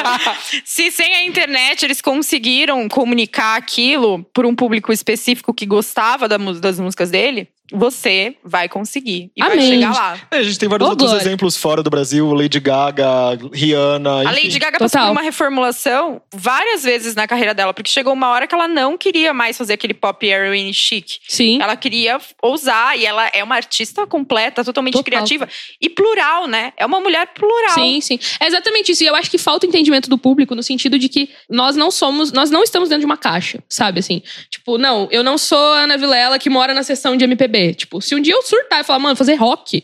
Se sem a internet eles conseguiram comunicar aquilo por um público específico que gostava da mu- das músicas dele, Você vai conseguir. E vai
Amém.
chegar lá.
É, a gente tem vários
Ô,
outros
Glória.
exemplos fora do Brasil. Lady Gaga, Rihanna.
A
enfim.
Lady Gaga passou
Total.
por uma reformulação várias vezes na carreira dela, porque chegou uma hora que ela não queria mais fazer aquele pop heroin chique.
Sim.
Ela queria ousar e ela é uma artista completa, totalmente
Total.
criativa e plural, né? É uma mulher plural.
Sim, sim. É exatamente isso. E eu acho que falta o entendimento do público no sentido de que nós não somos, nós não estamos dentro de uma caixa, sabe? Assim, tipo, não, eu não sou a Ana Vilela que mora na sessão de MPB. Tipo, se um dia eu surtar e falar, mano, fazer rock,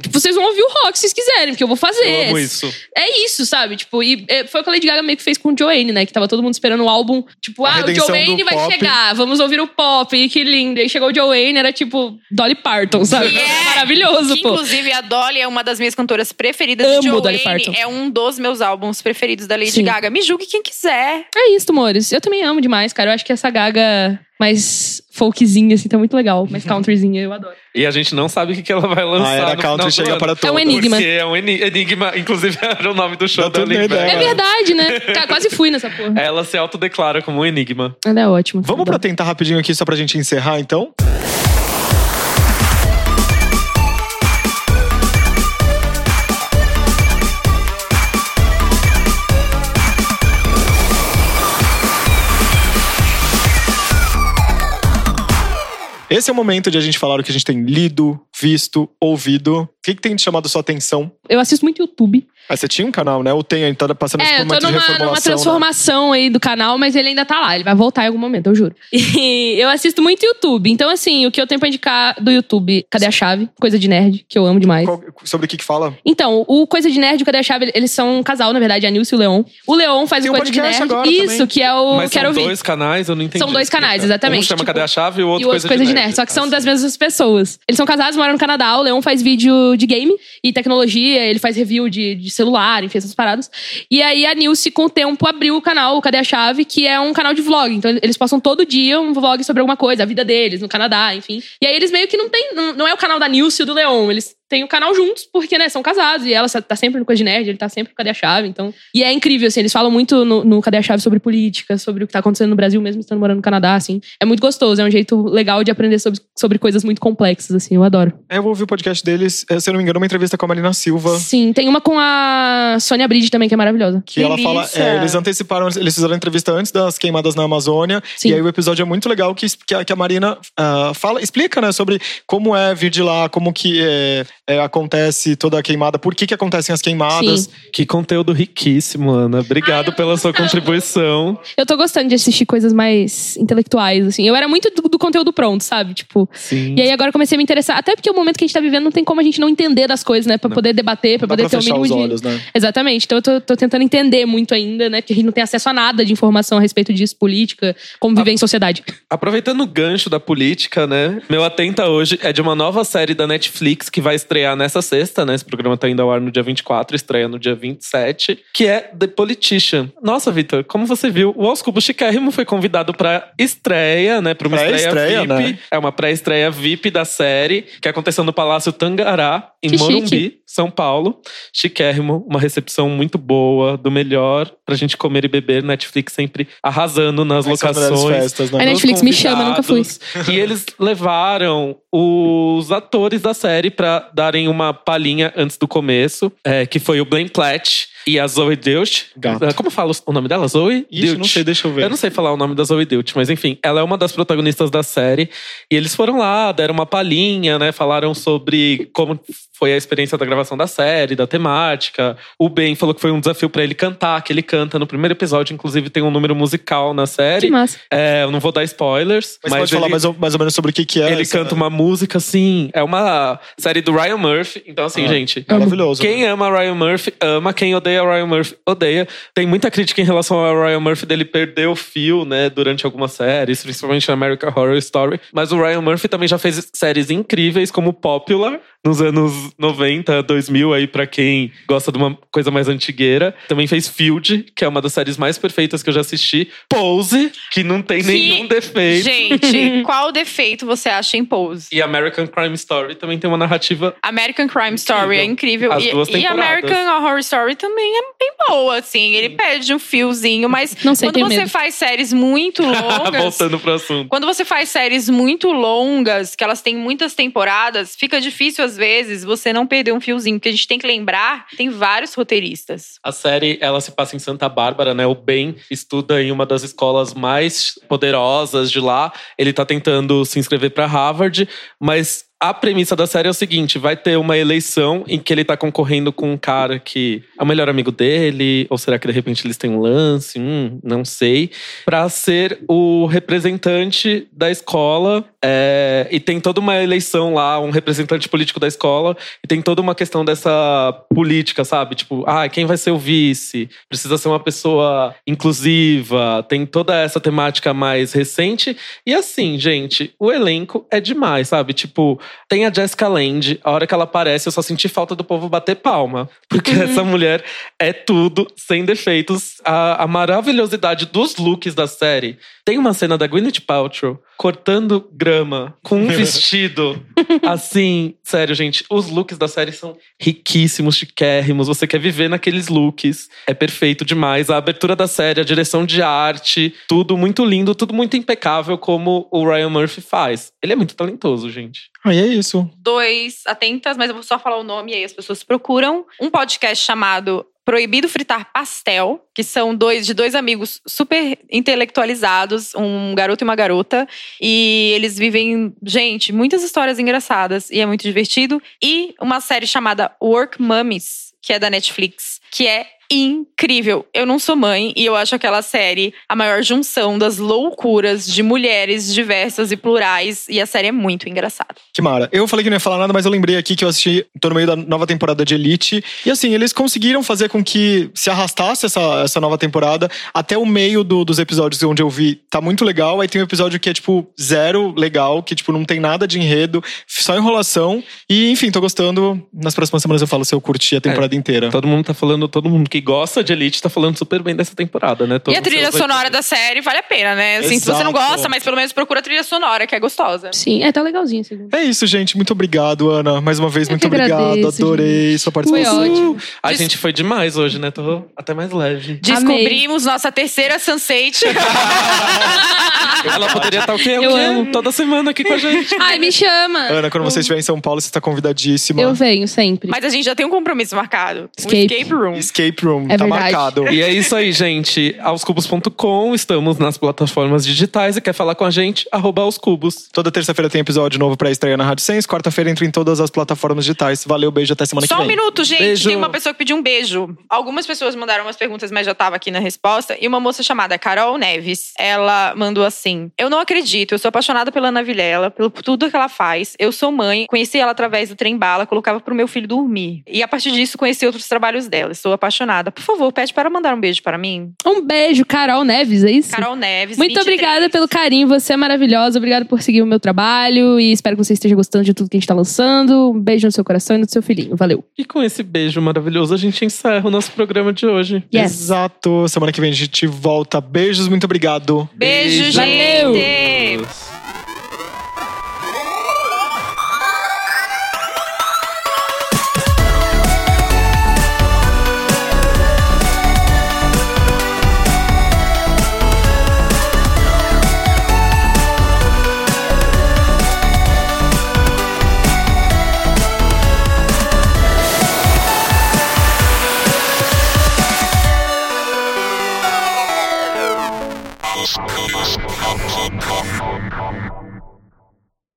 tipo, vocês vão ouvir o rock se vocês quiserem, porque eu vou fazer.
Eu amo isso.
É isso, sabe? Tipo, e é, foi o que a Lady Gaga meio que fez com o Joanne, né? Que tava todo mundo esperando o álbum. Tipo,
A
ah, o
redenção
Joanne
do
vai
pop.
chegar, vamos ouvir o pop, e que lindo. E chegou o Joanne, era tipo Dolly Parton, sabe?
Yeah.
Maravilhoso,
Que,
pô.
inclusive, a Dolly é uma das minhas cantoras preferidas.
Amo
Joanne
Dolly Parton.
é um dos meus álbuns preferidos da Lady
Sim.
Gaga. Me julgue quem quiser.
É isso, amores. Eu também amo demais, cara. Eu acho que essa gaga mais folkzinha, assim, tá muito legal. Mais countryzinha, eu adoro.
E a gente não sabe o que que ela vai lançar.
Ah, é, A era
no final
country
do
chega
ano.
para todos.
enigma.
Porque é um eni- enigma. Inclusive, era o nome do
Dá
show da
tudo na
Lady
ideia.
É
Gaga.
Ela-
verdade, né? Cara, quase fui nessa porra.
Ela se autodeclara como um enigma.
Ela é ótima.
Vamos pra tentar rapidinho aqui, só pra gente encerrar, então? Esse é o momento de a gente falar o que a gente tem lido, visto, ouvido. O que, que tem te chamado sua atenção?
Eu assisto muito YouTube.
Ah, você tinha um canal, né? Ou tem, aí tá passando esse
É, eu tô
momento de
numa, numa
reformulação. né?
transformação aí do canal, mas ele ainda tá lá. Ele vai voltar em algum momento, eu juro. E eu assisto muito YouTube. Então, assim, o que eu tenho pra indicar do YouTube... Cadê a chave? Coisa de nerd, que eu amo demais.
Qual- sobre o que, que fala?
Então, o Coisa de Nerd e o Cadê a Chave, eles são um casal, na verdade, a Nilce e o Leon. O Leon faz
Tem
o
um
Coisa de
podcast
Nerd.
agora
Isso,
também.
que é o
Mas
Quero
são
Ouvir.
dois canais, eu não entendi.
São dois
Explica.
canais, exatamente.
Um chama
Tipo,
Cadê a Chave e o outro,
e o outro coisa, de nerd, só que são
Ah,
das mesmas pessoas. Eles são casados, moram no Canadá, o Leon faz vídeo de game e tecnologia, ele faz review de, de celular, enfim, essas paradas. E aí a Nilce, com o tempo, abriu o canal o Cadê a Chave, que é um canal de vlog. Então eles passam todo dia um vlog sobre alguma coisa, a vida deles, no Canadá, enfim. E aí eles meio que não tem, não, não é o canal da Nilce e do Leon, eles têm o canal juntos, porque, né, são casados, e ela tá sempre no Coisa de Nerd, ele tá sempre no Cadê a Chave, então... E é incrível, assim, eles falam muito no, no Cadê a Chave sobre política, sobre o que tá acontecendo no Brasil, mesmo estando morando no Canadá, assim. É muito gostoso, é um jeito legal de aprender sobre, sobre coisas muito complexas, assim, eu adoro.
É, Eu ouvi o podcast deles, eh, se eu não me engano, uma entrevista com a Marina Silva.
Sim, tem uma com a Sônia Bride também, que é maravilhosa.
Que ela fala.
Delícia.
é, eles anteciparam, eles fizeram a entrevista antes das queimadas na Amazônia.
Sim.
E aí o episódio é muito legal que, que, a, que a Marina ah, fala, explica, né, sobre como é vir de lá, como que é, é, acontece toda a queimada, por que, que acontecem as queimadas.
Sim.
Que conteúdo riquíssimo, Ana. Obrigado pela sua contribuição.
Eu tô gostando de assistir coisas mais intelectuais, assim. Eu era muito do, do conteúdo pronto, sabe? Tipo.
Sim.
E aí agora eu comecei a me interessar. Até porque o momento que a gente tá vivendo não tem como a gente não entender das coisas, né? Pra poder debater, pra
Dá
poder
pra
ter o
fechar
mínimo
os
de.
olhos, né?
Exatamente. Então eu tô, tô tentando entender muito ainda, né? Porque a gente não tem acesso a nada de informação a respeito disso, política, como
Tá.
viver em sociedade.
Aproveitando o gancho da política, né? Meu Atenta hoje é de uma nova série da Netflix que vai estrear nessa sexta, né? Esse programa tá indo ao ar no dia 24, estreia no dia 27, que é The Politician. Nossa, Vitor, como você viu, o Aos Cubos Chiquérrimo foi convidado pra estreia, né? Pra uma estreia,
Pré-estreia,
VIP.
né?
É uma pré-estreia VIP da série, que aconteceu no Palácio Tangará, em
Que
Morumbi,
chique.
São Paulo. Chiquérrimo, uma recepção muito boa, do melhor pra gente comer e beber. Netflix sempre arrasando nas
Essas melhores
locações.
festas, né?
A Netflix me chama, nunca fui.
fui. E eles levaram os atores da série pra darem uma palhinha antes do começo, é, que foi o Blaine Platt e a Zoe Deutsch. Ah,
Gato.
Como fala o nome dela? Zoe
Ixi, não sei, deixa eu
é.
ver.
eu não sei falar o nome da Zoe Deutsch, mas enfim, ela é uma das protagonistas da série. E eles foram lá, deram uma palhinha, né? Falaram sobre como foi a experiência da gravação da série, da temática. O Ben falou que foi um desafio pra ele cantar, que ele canta no primeiro episódio, inclusive tem um número musical na
Que
série.
massa.
É, eu não vou dar spoilers,
Mas,
mas,
pode
ele,
falar mais ou, mais ou menos sobre o que, que é.
ele
essa-
canta uma música assim. É uma série do Ryan Murphy, então assim,
Ah.
gente.
Maravilhoso.
é?
Quem ama Ryan Murphy, ama. Quem odeia Ryan Murphy, odeia. Tem muita crítica em relação ao Ryan Murphy dele perder o fio, né, durante algumas séries, principalmente na American Horror Story. Mas o Ryan Murphy também já fez séries incríveis, como Popular, nos anos 90, 2000, aí pra quem gosta de uma coisa mais antigueira. Também fez Field, que é uma das séries mais perfeitas que eu já assisti. Pose, que não tem
Que-
nenhum defeito.
Gente, qual defeito você acha em Pose?
E American Crime Story também tem uma narrativa.
American Crime Story é incrível.
As
e,
duas
e
temporadas.
American Horror Story também é bem boa, assim. Ele perde um fiozinho, mas
Não sei,
quando
tenho
você
medo.
faz séries muito longas.
Voltando pro assunto.
Quando você faz séries muito longas, que elas têm muitas temporadas, fica difícil às vezes você não perder um fiozinho, porque a gente tem que lembrar, tem vários roteiristas.
A série, ela se passa em Santa Bárbara, né? O Ben estuda em uma das escolas mais poderosas de lá. Ele tá tentando se inscrever para Harvard, mas a premissa da série é o seguinte, vai ter uma eleição em que ele tá concorrendo com um cara que é o melhor amigo dele, ou será que de repente eles têm um lance? Hum, não sei. Pra ser o representante da escola, é, e tem toda uma eleição lá, um representante político da escola, e tem toda uma questão dessa política, sabe? Tipo, ah, quem vai ser o vice? Precisa ser uma pessoa inclusiva. Tem toda essa temática mais recente. E assim, gente, o elenco é demais, sabe? Tipo, tem a Jessica Lange. A hora que ela aparece, eu só senti falta do povo bater palma. Porque essa mulher é tudo, sem defeitos. A, a maravilhosidade dos looks da série. Tem uma cena da Gwyneth Paltrow cortando grama com um vestido Assim, sério, gente, os looks da série são riquíssimos, chiquérrimos. Você quer viver naqueles looks. É perfeito demais. A abertura da série, a direção de arte, tudo muito lindo, tudo muito impecável, como o Ryan Murphy faz. Ele é muito talentoso, gente.
Aí é isso.
Dois atentas, mas eu vou só falar o nome e aí as pessoas procuram. Um podcast chamado Proibido Fritar Pastel, que são dois de dois amigos super intelectualizados, um garoto e uma garota. E eles vivem, gente, muitas histórias engraçadas e é muito divertido. E uma série chamada Work Mummies, que é da Netflix, que é incrível. Eu não sou mãe e eu acho aquela série a maior junção das loucuras de mulheres diversas e plurais. E a série é muito engraçada.
Que mara. Eu falei que não ia falar nada, mas eu lembrei aqui que eu assisti, tô no meio da nova temporada de Elite. E assim, eles conseguiram fazer com que se arrastasse essa, essa nova temporada até o meio do- dos episódios onde eu vi. Tá muito legal. Aí tem um episódio que é, tipo, zero legal, que, tipo, não tem nada de enredo, só enrolação. E, enfim, tô gostando. Nas próximas semanas eu falo se eu curti a temporada inteira.
Todo mundo tá falando, todo mundo que gosta de Elite tá falando super bem dessa temporada, né? Todos
e a trilha
os seus
sonora
oito-
da série vale a pena, né? Assim, se você não
Exato.
gosta, mas pelo menos procura a trilha sonora, que é gostosa.
Sim, é, tá legalzinho esse
É isso, gente. Muito obrigado, Ana. Mais uma vez,
Eu
muito
que agradeço,
obrigado. Adorei sua
Foi
participação.
ótimo.
A
Des-
gente foi demais hoje, né? Tô até mais leve.
Descobrimos nossa terceira Sunset.
Ela poderia estar o quê? O
Eu
quê?
amo.
Toda semana aqui com a gente.
Ai, me chama!
Ana, quando você estiver em São Paulo, você está convidadíssima.
Eu venho sempre.
mas a gente já tem um compromisso marcado. Um
Escape.
escape room.
Escape Room,
É
tá
verdade.
marcado.
E é isso aí, gente. Aoscubos.com, estamos nas plataformas digitais e quer falar com a gente? Arroba aos cubos.
Toda terça-feira tem episódio novo pra estreia na Rádio Sens. Quarta-feira entra em todas as plataformas digitais. Valeu, beijo, até semana
Só
que
um
vem.
minuto, gente.
Beijo.
Tem uma pessoa que pediu um beijo. Algumas pessoas mandaram umas perguntas, mas já tava aqui na resposta. E uma moça chamada Carol Neves, ela mandou assim: Eu não acredito, eu sou apaixonada pela Ana Vilela, pelo por tudo que ela faz. Eu sou mãe, conheci ela através do trem bala, colocava pro meu filho dormir. E a partir disso, conheci outros trabalhos dela. Estou apaixonada. Por favor, pede para ela mandar um beijo para mim.
Um beijo, Carol Neves, é isso?
Carol Neves.
Muito
23.
obrigada pelo carinho, você é maravilhosa. Obrigada por seguir o meu trabalho e espero que você esteja gostando de tudo que a gente tá lançando. Um beijo no seu coração e no seu filhinho. Valeu.
E com esse beijo maravilhoso, a gente encerra o nosso programa de hoje.
Yes.
Exato. Semana que vem a gente volta. Beijos, muito obrigado.
Beijo,
Beijo.
gente.
Valeu.